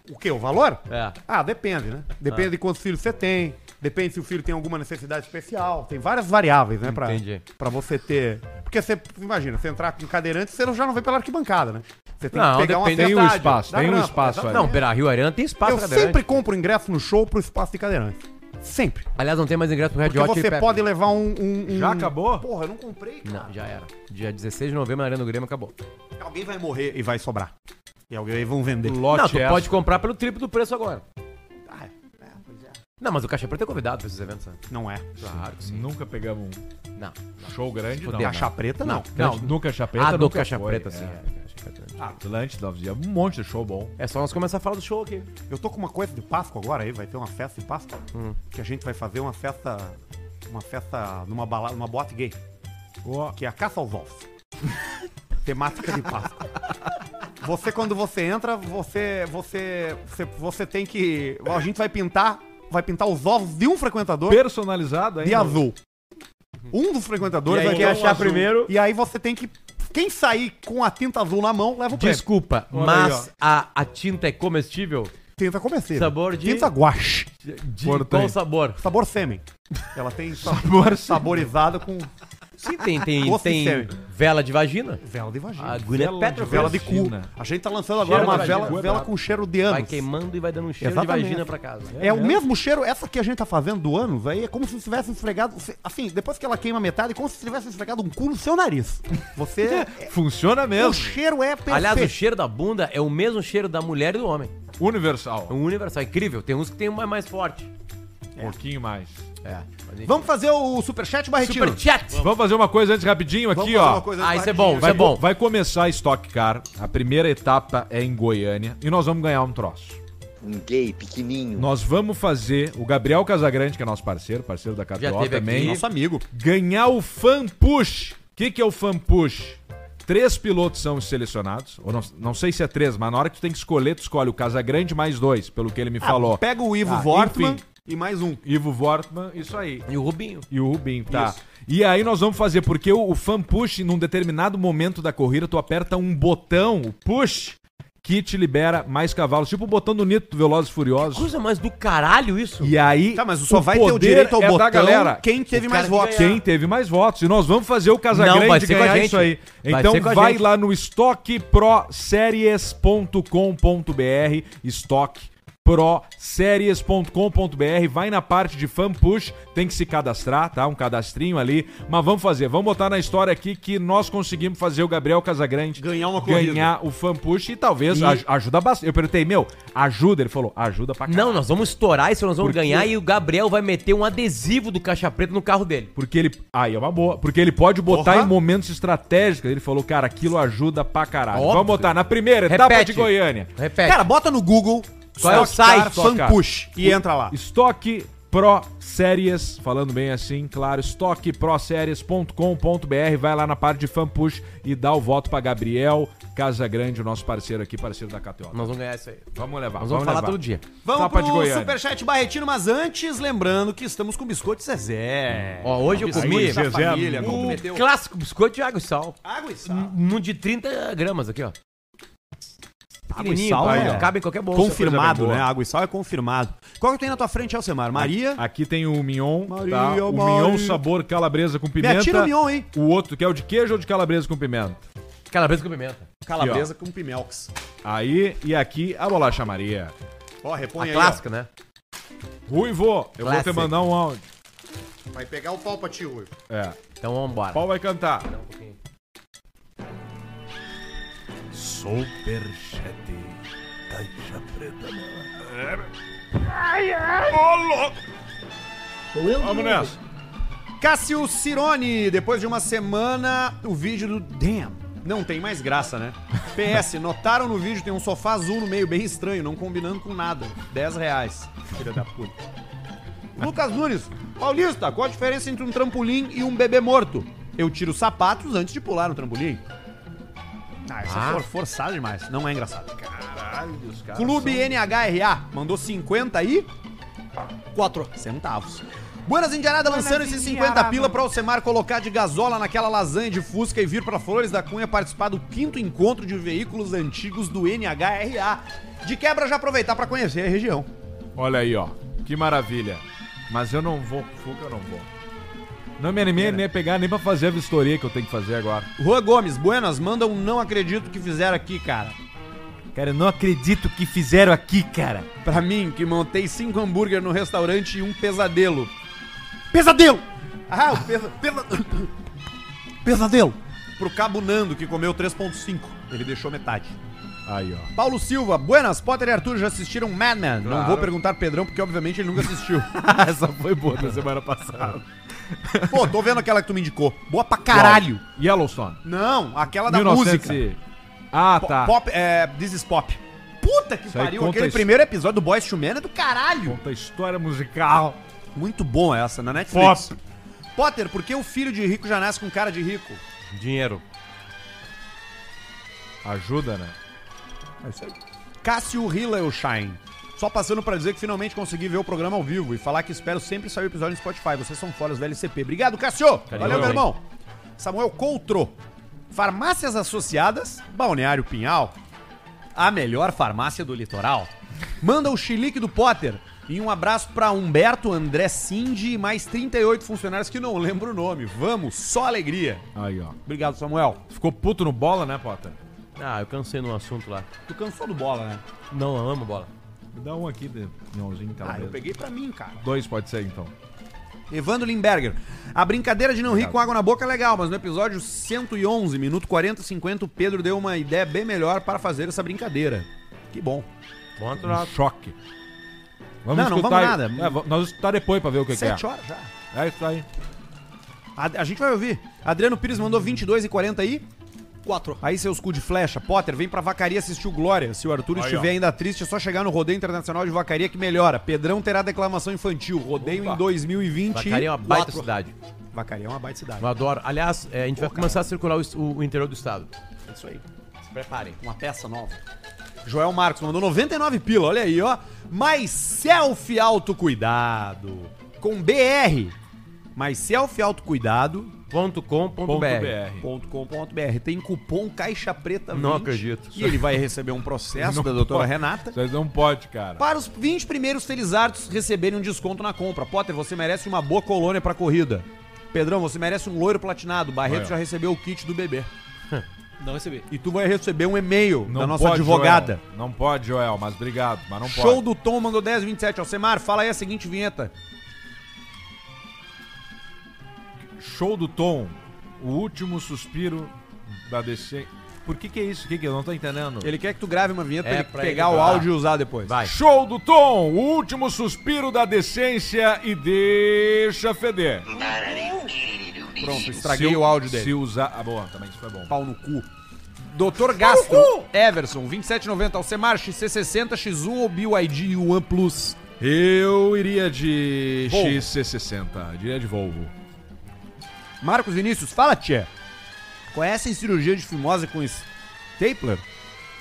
S1: O quê? O valor?
S4: É.
S1: Ah, depende, né? Depende de quantos filhos você tem. Depende se o filho tem alguma necessidade especial. Tem várias variáveis, né? Pra,
S4: Entendi.
S1: pra você ter. Porque você, imagina, você entrar com cadeirante, você já não vem pela arquibancada, né? Você tem
S4: Não,
S1: que pegar uma
S4: depende-
S3: Tem um
S1: estádio,
S3: espaço,
S1: da
S3: tem um
S1: rampa,
S3: espaço ali.
S4: Não, pera, Rio Arena tem espaço
S1: Eu
S4: pra
S1: sempre
S4: cadeirante.
S1: compro ingresso no show pro espaço de cadeirante. Sempre.
S4: Aliás, não tem mais ingresso pro Red
S1: Porque
S4: Hot e
S1: você
S4: Pepe.
S1: pode levar um, um- um-
S3: Já acabou?
S1: Porra, eu não comprei, cara.
S4: Não, já era. Dia 16 de novembro, na Arena do Grêmio, acabou.
S1: Alguém vai morrer e vai sobrar. E alguém aí vão vender.
S3: Lote
S4: não, tu
S3: é-
S4: pode comprar pelo triplo do preço agora.
S1: Ah, é, pois é.
S4: Não, mas o Caixa Preta é convidado pra esses eventos, né?
S1: Não é.
S4: Claro que
S3: Nunca pegamos um
S4: Não.
S3: show grande,
S4: Fudeu,
S3: não.
S4: né?
S1: Caixa preta, não.
S3: Não,
S4: Grande-
S3: nunca chapeta,
S4: Ah, do
S3: nunca
S4: Caixa
S3: foi,
S4: Preta,
S3: é.
S4: sim. é, Caixa Preta.
S3: Atlântida, Novos Dias, um monte de show bom.
S4: É só nós começar a falar do show aqui.
S1: Eu tô com uma coisa de Páscoa agora aí, vai ter uma festa de Páscoa.
S4: Hum.
S1: Que a gente vai fazer uma festa. Uma festa numa balada, numa boate gay. Que é a caça aos ovos. Temática de Páscoa. Você, quando você entra, você, você. Você. Você tem que. A gente vai pintar. Vai pintar os ovos de um frequentador.
S3: Personalizado ainda.
S1: de azul. Um dos frequentadores
S4: E aí,
S1: vai
S4: quem
S1: ter um
S4: achar
S1: azul.
S4: primeiro-
S1: E aí você tem que. Quem sair com a tinta azul na mão, leva o prêmio.
S4: Desculpa,
S3: Olha
S4: mas
S3: aí,
S4: a, a tinta é comestível?
S1: Tinta comecei.
S4: Sabor de-
S1: Tinta guache.
S4: De
S3: Importante.
S4: qual sabor?
S1: Sabor sêmen. Ela tem sabor
S3: Sabor
S1: saborizado com
S4: Sim, tem, tem,
S1: Gosto de
S4: tem
S1: sêmen.
S4: vela de vagina.
S1: vela de vagina.
S4: A é Gwyneth
S3: Vela de
S4: Paltrow
S1: Vela
S4: fez.
S1: de cu.
S3: vagina.
S1: A gente tá lançando agora
S4: Cheiro
S1: uma
S4: de
S1: vela,
S4: vagina.
S1: vela com cheiro de
S4: Vai
S1: anos.
S4: queimando e vai dando um cheiro
S1: Exatamente.
S4: de vagina pra casa. né?
S1: É o mesmo cheiro, essa que a gente tá fazendo do ânus, aí é como se tivesse esfregado. Assim, depois que ela queima metade, é como se tivesse esfregado um cu no seu nariz. Você.
S3: Funciona
S1: o
S3: mesmo.
S1: cheiro é perfeito.
S4: É Aliás, o cheiro da bunda é o mesmo cheiro da mulher e do homem.
S3: Universal.
S4: É um universal. Incrível. Tem uns que tem uma mais forte.
S3: Um pouquinho mais.
S4: É. mas enfim.
S1: Vamos fazer o superchat, Barretino?
S4: Super chat!
S3: Vamos fazer uma coisa antes rapidinho
S1: Vamos
S3: aqui,
S1: fazer
S3: ó.
S1: uma coisa
S4: Ah, isso é
S1: rapidinho.
S4: bom, isso
S3: Vai,
S4: é bom.
S3: vai começar a Stock Car. A primeira etapa é em Goiânia e nós vamos ganhar um troço.
S2: Um gay pequenininho.
S3: Nós vamos fazer o Gabriel Casagrande, que é nosso parceiro, parceiro da KTO
S4: teve
S3: também,
S4: aqui.
S1: Nosso amigo.
S3: ganhar o Fan Push. O que, que é o Fan Push? Três pilotos são selecionados, ou não, não sei se é três, mas na hora que tu tem que escolher, tu escolhe o Casagrande mais dois, pelo que ele
S1: Ah,
S3: me falou.
S1: Pega o Ivo
S3: Ah,
S1: Vortman
S3: enfim.
S1: e mais um.
S3: Ivo Vortman, isso aí.
S4: E o Rubinho.
S3: E o Rubinho, tá. E aí nós vamos fazer, porque o, o fan push, num determinado momento da corrida, tu aperta um botão, o push, que te libera mais cavalos. Tipo o botão do Nito do Velozes e Furiosos.
S4: Coisa mais do caralho isso.
S3: E aí.
S1: Tá, mas só vai ter o
S3: poder
S1: direito ao
S3: é da
S1: botão
S3: galera.
S1: quem teve
S4: O
S1: mais
S4: cara que
S1: votos.
S4: ganhar.
S3: Quem teve mais votos. E nós vamos fazer o
S4: Não, vai
S3: Casagrande
S4: ser com a
S3: ganhar
S4: gente.
S3: isso aí.
S4: Vai
S3: Então
S4: ser com a
S3: vai
S4: gente.
S3: lá no estoqueproseries.com.br estoque proseries.com.br, vai na parte de fan push, tem que se cadastrar, tá? Um cadastrinho ali, mas vamos fazer, vamos botar na história aqui que nós conseguimos fazer o Gabriel Casagrande
S1: Ganhar uma corrida.
S3: ganhar o fan push e talvez
S4: E-
S3: aj- ajuda bastante. Eu perguntei, meu, ajuda? Ele falou, ajuda pra caralho.
S4: Não, nós vamos estourar isso, nós vamos
S3: Por quê?
S4: ganhar e o Gabriel vai meter um adesivo do caixa preta no carro dele.
S3: Porque ele. Aí é uma boa. Porque ele pode botar
S1: Porra.
S3: em momentos estratégicos. Ele falou, cara, aquilo ajuda pra caralho.
S4: Óbvio.
S3: Vamos botar na primeira etapa de Goiânia.
S4: Repete.
S1: Cara, bota no Google
S4: É. Qual é o
S1: Stock Car Fan
S4: site?
S1: Push e entra lá.
S3: Estoque Pro Séries, falando bem assim, claro, estoqueproséries.com.br, vai lá na parte de fan push e dá o voto pra Gabriel Casagrande, o nosso parceiro aqui, parceiro da KTO.
S4: Nós vamos ganhar isso aí.
S3: Vamos levar,
S4: Nós vamos falar
S3: levar.
S4: todo dia.
S1: Vamos
S3: Tapa de
S1: pro
S3: Goiânia.
S1: Superchat Barretino, mas antes, lembrando que estamos com Biscoito Zezé.
S4: Ó, hoje eu
S1: Biscoito
S4: comi
S1: da família,
S4: o
S1: comprometeu.
S4: clássico biscoito de água e sal.
S1: Água e sal.
S4: Um um de 30 gramas aqui, ó.
S1: Água e
S4: Pequenininho,
S1: sal
S4: pai,
S1: é-
S4: ó. Cabe em qualquer bolsa.
S1: Confirmado,
S3: coisa bem
S1: né?
S3: boa.
S1: Água e sal é confirmado. Qual que tem na tua frente, Alcemar? Maria?
S3: Aqui tem o mignon,
S1: Maria,
S3: tá? O
S1: Maria.
S3: mignon sabor calabresa com
S1: Me
S3: pimenta.
S1: atira o mignon, hein?
S3: O outro que é o de queijo ou de calabresa com pimenta?
S4: Calabresa com pimenta.
S1: Calabresa com pimelx.
S3: Aí e aqui a bolacha Maria.
S1: Ó,
S4: A
S1: repõe aí, ó.
S4: clássica, né?
S3: Ruivo, eu vou
S4: Classic.
S3: te mandar um áudio.
S1: Vai pegar o pau pra ti, Rui.
S3: É.
S4: Então vamos embora.
S3: Qual vai cantar? Superchat Caixa Preta. Vamos nessa.
S1: Cássio Cirone, depois de uma semana, o vídeo do Damn. Não tem mais graça, né? PS, notaram no vídeo, tem um sofá azul no meio, bem estranho, não combinando com nada. 10 reais. Filha da puta. Lucas Nunes, Paulista, qual a diferença entre um trampolim e um bebê morto? Eu tiro os sapatos antes de pular no trampolim. Ah, essa for forçada demais. Não é engraçado.
S3: Caralho, os caras.
S1: Clube NHRA mandou 50 aí. 4 centavos. Buenas Indiarada lançando esses 50 pila pra Alcemar colocar de gasola naquela lasanha de fusca e vir pra Flores da Cunha participar do quinto encontro de veículos antigos do NHRA. De quebra, já aproveitar pra conhecer a região.
S3: Olha aí, ó. Que maravilha. Mas eu não vou, Fuca, eu não vou. Não me animei nem a pegar, nem pra fazer a vistoria que eu tenho que fazer agora.
S1: Juan Gomes, Buenas, manda um não acredito que fizeram aqui, cara.
S3: Cara, eu não acredito que fizeram aqui, cara.
S1: Pra mim, que montei cinco hambúrguer no restaurante e um pesadelo. Pesadelo! Ah, o pesa... pesa- pesadelo! Pro Cabo Nando, que comeu 3.5. Ele deixou metade.
S3: Aí, ó.
S1: Paulo Silva, Buenas, Potter e Arthur já assistiram Mad Men. Não
S3: Claro.
S1: vou perguntar Pedrão, porque obviamente ele nunca assistiu.
S3: Essa Ah, foi boa da semana passada.
S1: Pô, tô vendo aquela que tu me indicou. Boa pra caralho.
S3: Yellowstone.
S1: Não, aquela da
S3: 1900
S1: música.
S3: e- Ah,
S1: Po-
S3: tá.
S1: Pop, é, This is Pop. Puta que
S3: Isso aí
S1: pariu,
S3: conta
S1: aquele
S3: isso.
S1: primeiro episódio do Boys to Men é do caralho.
S3: Conta a história musical.
S1: Muito bom essa, na Netflix. Potter, por que o filho de rico já nasce com cara de rico?
S4: Dinheiro.
S3: Ajuda, né?
S1: Cássio Hillelshine. Só passando pra dizer que finalmente consegui ver o programa ao vivo e falar que espero sempre sair o episódio no Spotify. Vocês são fodas, VLCP. Obrigado, Cássio! Valeu, meu irmão. Samuel Coutro. Farmácias Associadas, Balneário Pinhal. A melhor farmácia do litoral. Manda o chilique do Potter. E um abraço pra Humberto, André Cindy e mais 38 funcionários que não lembro o nome. Vamos, só alegria.
S3: Aí, ó.
S1: Obrigado, Samuel.
S3: Ficou puto no bola, né, Potter?
S4: Ah, eu cansei num assunto lá.
S1: Tu cansou do bola, né?
S4: Não, eu amo bola.
S3: Me dá um aqui, de Mionzinho,
S1: Ah, eu
S3: talvez.
S1: peguei pra mim, cara.
S3: Dois pode ser, então.
S1: Evandro Limberger. A brincadeira de não rir com água na boca é legal, mas no episódio 111, minuto 40 e 50, o Pedro deu uma ideia bem melhor para fazer essa brincadeira. Que bom.
S4: Bom
S3: Um
S4: natural.
S3: choque.
S1: Não, não vamos nada.
S3: É, va- nós vamos escutar depois pra ver o que, que é.
S1: Sete horas já.
S3: É isso aí.
S1: A, a gente vai ouvir. Adriano Pires mandou 22 e 40 aí.
S8: 4.
S1: Aí seus cu de flecha. Potter, vem pra Vacaria assistir o Glória. Se o Arthur estiver ainda triste, é só chegar no Rodeio Internacional de Vacaria que melhora. Pedrão terá declamação infantil. Rodeio em 2020.
S4: Vacaria é uma baita cidade.
S1: Vacaria é uma baita cidade.
S4: Eu adoro. Aliás, é, a gente vai começar a circular o, es- o interior do estado.
S1: Isso aí.
S4: Se preparem.
S1: Uma peça nova. Joel Marcos mandou 99 pila, olha aí, ó. Mais selfie autocuidado. Com BR. Mais selfie autocuidado.com.br.
S4: Ponto com, ponto
S3: Ponto
S4: BR.
S3: BR.
S1: Tem cupom Caixa Preta 20.
S4: Não acredito.
S1: E ele vai receber um processo
S3: Não
S1: da doutora
S3: pode.
S1: Renata.
S3: Vocês não pode, cara.
S1: Para os 20 primeiros felizardos receberem um desconto na compra. Potter, você merece uma boa colônia pra corrida. Pedrão, você merece um loiro platinado. Barreto
S3: Olha.
S1: já recebeu o kit do bebê.
S8: Não recebi.
S1: E tu vai receber um e-mail
S3: Não
S1: da nossa
S3: pode,
S1: advogada.
S3: Joel. Não pode, Joel, mas obrigado. Mas não
S1: Show
S3: pode.
S1: do Tom mandou 10, 27. Alcemar, fala aí a seguinte vinheta.
S3: Show do Tom. O último suspiro da DC. Por que que é isso? O que que eu não tô entendendo?
S1: Ele quer que tu grave uma vinheta
S4: É,
S1: pra ele
S4: pra
S1: pegar
S4: ele
S1: o
S4: gravar.
S1: áudio e usar depois.
S4: Vai.
S3: Show do Tom, o último suspiro da decência e deixa feder.
S1: Pronto, estraguei
S3: Se-
S1: o áudio
S3: Se
S1: dele.
S3: usar. Ah, boa, também isso foi bom.
S1: Pau no cu. Doutor um Gastro, Everson, 27,90. Alcemar, XC60, X1 ou BYD One Plus?
S3: Eu iria de
S1: Volvo.
S3: XC60, diria de Volvo.
S1: Marcos Vinícius, fala, tia. Conhecem cirurgia de fimose com stapler?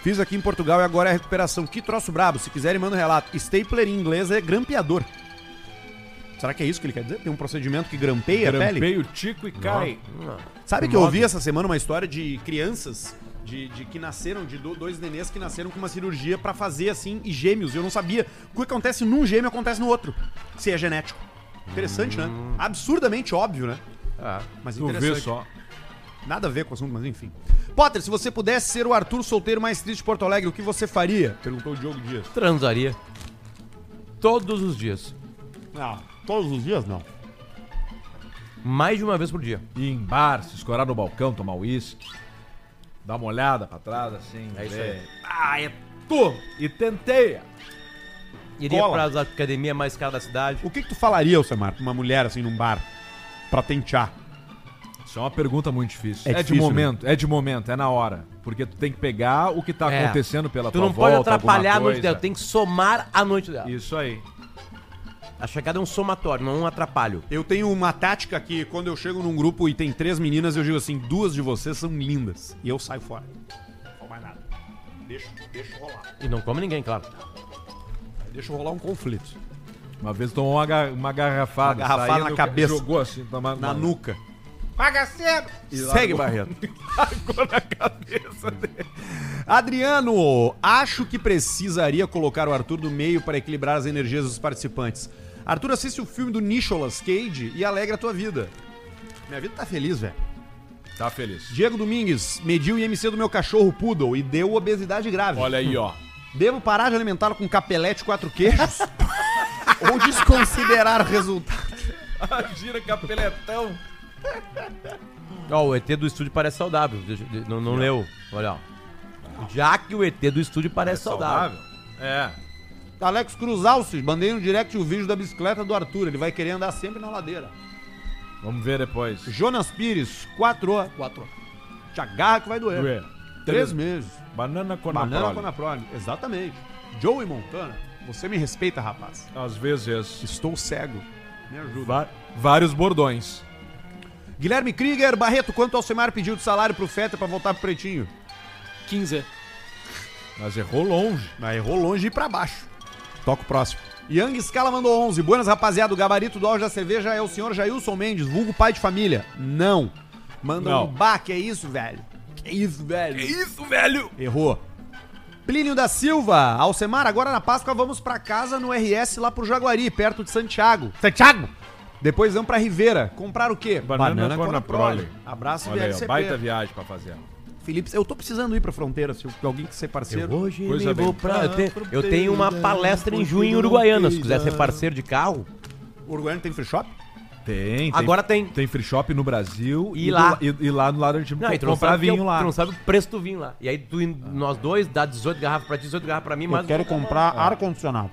S1: Fiz aqui em Portugal e agora é a recuperação. Que troço brabo. Se quiserem, manda um relato. Stapler em inglês é grampeador. Será que é isso que ele quer dizer? Tem um procedimento que grampeia a pele?
S3: Grampeio, tico e cai.
S1: Sabe que eu
S3: Move.
S1: ouvi essa semana uma história de crianças de, de que nasceram, de do- dois nenês que nasceram com uma cirurgia pra fazer assim e gêmeos. Eu não sabia. O que acontece num gêmeo acontece no outro. Se é genético. Interessante, né? Absurdamente óbvio, né? Mas
S3: Tu vê só.
S1: Nada a ver com o assunto, mas enfim. Potter, se você pudesse ser o Arthur solteiro mais triste de Porto Alegre, o que você faria? Perguntou o Diogo Dias.
S4: Transaria. Todos os dias.
S1: Ah, todos os dias não.
S4: Mais de uma vez por dia.
S3: Ir em bar, se escorar no balcão, tomar uísque. Dar uma olhada pra trás, assim.
S4: É isso
S3: ver.
S4: aí.
S3: Ah, é tu! E tentei!
S4: Iria
S1: Cola.
S4: para as academias mais caras da cidade.
S1: O que, que tu falaria, Samar, pra uma mulher assim num bar? Pra tentear.
S3: Isso é uma pergunta muito difícil.
S1: É
S3: É,
S1: difícil,
S3: de momento, é de momento, é na hora. Porque tu tem que pegar o que tá
S4: É.
S3: acontecendo pela
S4: Tu
S3: tua
S4: não
S3: volta,
S4: pode atrapalhar a
S3: alguma
S4: noite
S3: coisa.
S4: dela, tem que somar a noite dela.
S3: Isso aí.
S4: A chegada é um somatório, não um atrapalho.
S1: Eu tenho uma tática que quando eu chego num grupo e tem três meninas, eu digo assim, duas de vocês são lindas. E eu saio fora. Não mais nada. Deixa, deixa rolar.
S4: E não come ninguém, claro.
S1: Deixa rolar um conflito.
S3: Uma vez tomou uma, ga- uma garrafada.
S1: Uma garrafada
S3: saindo,
S1: na cabeça.
S3: Jogou assim, toma-
S1: Na
S3: uma-
S1: nuca.
S11: Bagaceiro!
S1: Segue, Barreto. Adriano, acho que precisaria colocar o Arthur no meio para equilibrar as energias dos participantes. Arthur, assiste o filme do Nicolas Cage e alegra a tua vida. Minha vida tá feliz, velho.
S3: Tá feliz.
S1: Diego Domingues, mediu o IMC do meu cachorro Poodle e deu obesidade grave.
S3: Olha aí, ó.
S1: Devo parar de alimentá-lo com capelete quatro queijos? ou desconsiderar o resultado?
S3: Gira capeletão.
S4: Ó, o ET do estúdio parece saudável. Deixa- de- Não, não leu. Olha, ó. Já que o ET do estúdio parece saudável.
S3: É.
S1: Alex Cruz Alces, mandei no direct o vídeo da bicicleta do Arthur. Ele vai querer andar sempre na ladeira.
S3: Vamos ver depois.
S1: Jonas Pires, 4 horas.
S8: 4.
S1: Te agarra que vai doer.
S3: Ué.
S1: Três meses.
S3: Banana com
S1: Banana Conaprole. Exatamente. Joey Montana, você me respeita, rapaz.
S3: Às vezes.
S1: Estou cego. Me ajuda.
S3: Va- vários bordões.
S1: Guilherme Krieger, Barreto, quanto o Alcemar pediu de salário pro Feta pra voltar pro Pretinho?
S8: 15.
S3: Mas errou longe.
S1: Mas errou longe e pra baixo. Toca o próximo. Young Scala mandou 11. Buenas, rapaziada. O gabarito do auge da cerveja é o senhor Jailson Mendes, vulgo pai de família. Não. Manda
S3: Não. é
S1: um bah, que é isso, velho? Que é isso, velho?
S3: Isso, velho!
S1: Errou. Plínio da Silva, Alcemar, agora na Páscoa vamos pra casa no RS lá pro Jaguari, perto de Santiago. Santiago! Depois vamos pra Rivera. Comprar o quê?
S3: Banana Corna Prole.
S1: Abraço
S3: Olha aí, ó,
S1: VLCP.
S3: baita viagem pra fazer.
S1: Felipe, eu tô precisando ir pra fronteira, se alguém que ser parceiro.
S4: hoje
S3: Coisa
S4: me
S3: bem.
S4: vou pra. Eu tenho, eu tenho uma palestra em junho em Uruguaiana. Se quiser ser parceiro de carro,
S1: O Uruguaiano tem free shop?
S3: Tem, tem.
S4: agora tem.
S3: Tem free shop no Brasil
S4: E
S3: do
S4: lá.
S3: la- e, e lá no lado de
S4: Não, e tu não
S3: comprar
S4: sabe que é o-
S3: vinho lá.
S4: Tu não sabe o preço do vinho lá. E aí tu, e nós dois dá 18 garrafas pra ti, 18 garrafas pra mim, mas.
S1: eu quero comprar ar-condicionado.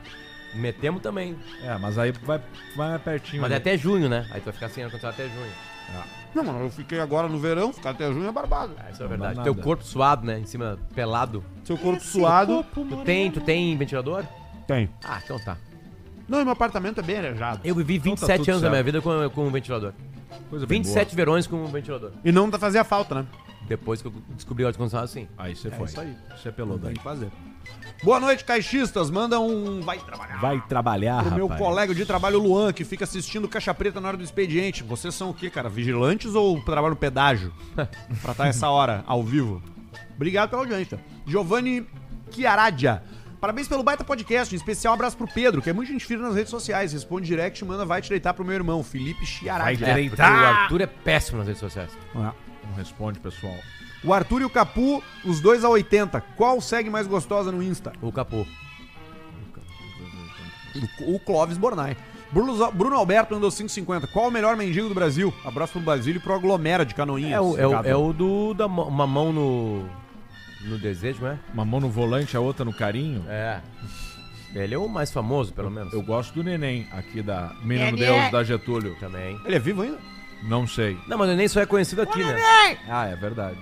S4: Metemos também.
S3: É, mas aí vai, vai pertinho.
S4: Mas é
S3: ali.
S4: até junho, né? Aí tu vai ficar sem ar-condicionado até junho.
S1: Não, mano, eu fiquei agora no verão, ficar até junho é barbado.
S4: Ah, isso é
S3: Não dá
S4: verdade.
S3: nada.
S4: Teu corpo suado, né? Em cima, pelado.
S1: Seu corpo suado.
S4: Tu tem, tu tem ventilador?
S1: Tem.
S4: Ah, então tá.
S1: Não, e meu apartamento é bem arejado.
S4: Eu vivi
S3: Então tá
S4: 27
S3: tudo
S4: anos da minha
S3: certo.
S4: vida com, com um ventilador.
S3: Coisa bem
S4: 27 verões com um ventilador.
S1: E não fazia falta, né?
S4: Depois que eu descobri o ar-condicionado, sim.
S3: boa. Aí você foi.
S1: É isso aí.
S3: Você pelou daí.
S1: fazer. Boa noite, caixistas. Manda um. Vai trabalhar.
S3: Vai trabalhar,
S1: Pro meu
S3: rapaz.
S1: colega de trabalho, Luan, que fica assistindo Caixa Preta na hora do expediente. Vocês são o quê, cara? Vigilantes ou trabalham no pedágio? pra estar essa hora, ao vivo. Obrigado pela audiência. Giovanni Chiaradia. Parabéns pelo baita podcast. Em especial, abraço pro Pedro, que é muito gente fina nas redes sociais. Responde direct, manda vai te deitar pro meu irmão, Felipe
S3: Vai
S1: Chiaradia.
S4: É, Porque
S3: direitar.
S4: o Arthur é péssimo nas redes sociais.
S3: Não Um responde, pessoal.
S1: O Arthur e o Capu, os dois a 80. Qual segue mais gostosa no Insta?
S4: O capô.
S1: O Clóvis Bornai. Bruno, Bruno Alberto mandou 5,50. Qual o melhor mendigo do Brasil? Abraço pro Basílio e pro Aglomera de Canoinhas.
S4: É o, é o,
S1: Obrigado.
S4: é o do. Da, mão- uma mão no. No desejo, né?
S3: Uma mão no volante, a outra no carinho.
S4: É. Ele é o mais famoso, pelo menos.
S3: Eu gosto do neném aqui da Menino Deus da Getúlio.
S4: também.
S1: Ele é vivo ainda?
S3: Não sei.
S4: Não, mas o Neném só é conhecido aqui, né?
S3: Ah, é verdade.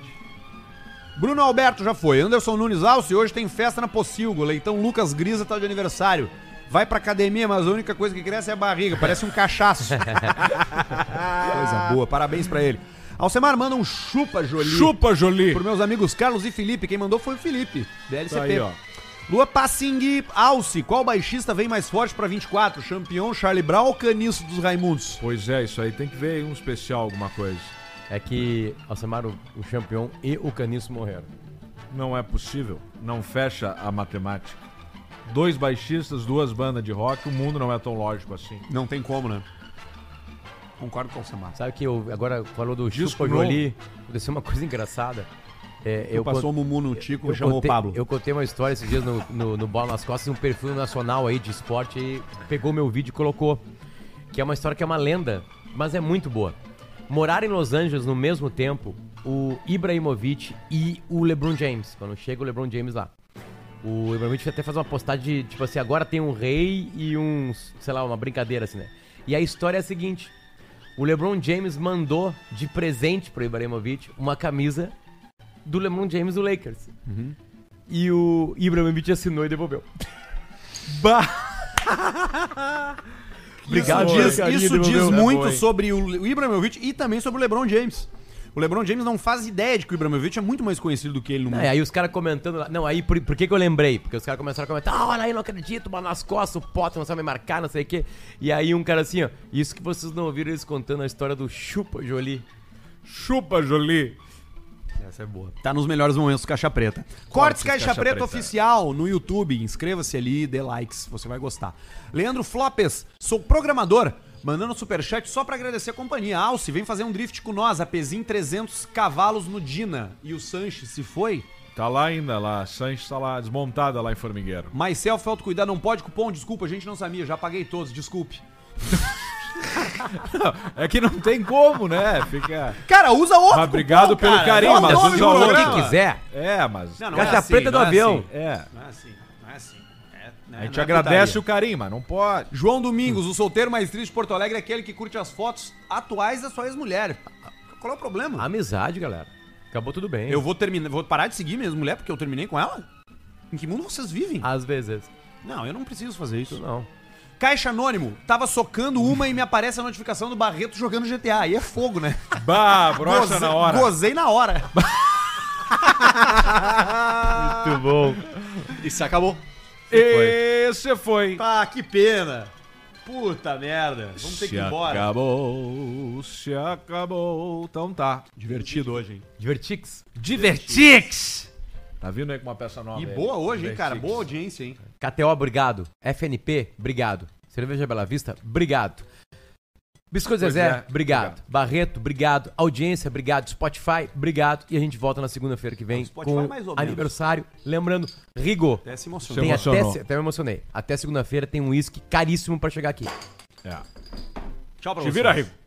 S1: Bruno Alberto já foi. Anderson Nunes Alce hoje tem festa na Pocilgo. Leitão Lucas Grisa tá de aniversário. Vai pra academia, mas a única coisa que cresce é a barriga. Parece um cachaço. coisa boa. Parabéns pra ele. Alcemar manda um chupa Jolie.
S3: Chupa, Jolie.
S1: Por meus amigos Carlos e Felipe. Quem mandou foi o Felipe, DLCP.
S3: Tá aí, ó.
S1: Lua Passing Alce. Qual baixista vem mais forte pra 24? Champion, Charlie Brown ou Caniço dos Raimundos?
S3: Pois é, isso aí tem que ver aí um especial, alguma coisa.
S4: É que Alcemar, o, o campeão e o Caniço morreram.
S3: Não é possível. Não fecha a matemática. Dois baixistas, duas bandas de rock, o mundo não é tão lógico assim.
S1: Não tem como, né? Concordo com o Alcemar.
S4: Sabe que eu agora falou do
S3: Disco
S4: Chupa
S3: novo.
S4: Jolie? Aconteceu uma coisa engraçada. É,
S1: Eu passou o Mumu no Tico e chamou
S4: contei,
S1: o Pablo.
S4: Eu contei uma história esses dias no, no, no Bola nas Costas, um perfil nacional aí de esporte e pegou meu vídeo e colocou. Que é uma história que é uma lenda, mas é muito boa. Morar em Los Angeles no mesmo tempo, o Ibrahimovic e o LeBron James. Quando chega o LeBron James lá. O Ibrahimovic até faz uma postagem de, tipo assim, agora tem um rei e um, sei lá, uma brincadeira assim, né? E a história é a seguinte. O LeBron James mandou de presente pro Ibrahimovic uma camisa do LeBron James do Lakers. E o Ibrahimovic assinou e devolveu. Obrigado,
S1: isso diz,
S4: cara,
S1: isso
S4: Ibrahimovic.
S1: diz
S4: É
S1: muito
S4: bom, hein?
S1: sobre o Ibrahimovic e também sobre o LeBron James. O LeBron James não faz ideia de que o Ibrahimovic é muito mais conhecido do que ele no mundo.
S4: É, aí os caras comentando lá. Não, aí por, por que, que eu lembrei? Porque os caras começaram a comentar, ah, olha aí, não acredito, mano, nas costas, o Potter não sabe marcar, não sei o quê. E aí um cara assim, ó, isso que vocês não ouviram eles contando a história do Chupa Jolie.
S3: Chupa, Jolie.
S4: Essa é boa.
S1: Tá nos melhores momentos do Caixa Preta. Cortes Caixa, Preta, oficial no YouTube. Inscreva-se ali, dê likes, você vai gostar. Leandro Flopes, sou programador. Mandando superchat só pra agradecer a companhia. Alce, vem fazer um drift com nós. A Pezin 300 cavalos no Dina. E o Sanches se foi?
S3: Tá lá ainda, lá. Sanches tá lá, desmontada lá em Formigueiro.
S1: Myself, autocuidado, não pode cupom. Desculpa, a gente não sabia. Já paguei todos, desculpe.
S3: É que não tem como, né? Fica.
S1: Cara, usa outro
S3: Mas obrigado
S1: cupom,
S3: pelo
S1: cara.
S3: carinho,
S1: Usa
S3: mas
S1: o nome
S3: usa
S1: do
S3: outro.
S1: programa.
S4: Quem quiser.
S3: É, mas.
S1: Não, não
S4: Caixa
S1: é assim,
S4: preta do
S1: não é
S4: avião.
S1: assim.
S3: É.
S1: Não é assim, não é assim. É, né,
S3: A gente
S1: não é
S3: agradece
S1: putaria.
S3: o carinho, mas não pode.
S1: João Domingos, o solteiro mais triste de Porto Alegre é aquele que curte as fotos atuais da sua ex-mulher. Qual é o problema?
S4: Amizade, galera. Acabou tudo bem.
S1: Eu vou terminar, vou parar de seguir minha ex-mulher porque eu terminei com ela? Em que mundo vocês vivem?
S4: Às vezes.
S1: Ah, Não, eu não preciso fazer
S4: Tu
S1: isso.
S4: não.
S1: Caixa Anônimo, tava socando uma e me aparece a notificação do Barreto jogando GTA. Aí é fogo, né?
S3: Bah, brocha
S1: Goze-
S3: na hora.
S1: Gozei na hora.
S4: Muito bom.
S8: Isso acabou.
S3: Esse foi.
S1: Ah, que pena. Puta merda. Vamos ter que ir embora.
S3: Acabou, se acabou. Então tá.
S1: Divertido hoje, hein?
S4: Divertix.
S3: Divertix! Tá vindo aí com uma peça nova.
S1: E
S3: aí.
S1: boa hoje, hein, cara?
S3: Divertix.
S1: Boa audiência, hein?
S4: KTO, obrigado. FNP, obrigado. Cerveja Bela Vista, obrigado. Biscoito
S3: Pois
S4: Zezé,
S3: é,
S4: obrigado.
S3: obrigado.
S4: Barreto, obrigado. Audiência, obrigado. Spotify, obrigado. E a gente volta na segunda-feira que vem
S1: Spotify
S4: com
S1: mais ou menos.
S4: aniversário. Lembrando, Rigo,
S1: Até se
S3: Você
S1: emocionou.
S4: tem até,
S3: emocionou.
S4: se- até me emocionei. Até segunda-feira tem um uísque caríssimo pra chegar aqui.
S3: É.
S1: Tchau pra
S3: Te vira,
S1: vocês.
S3: Rico.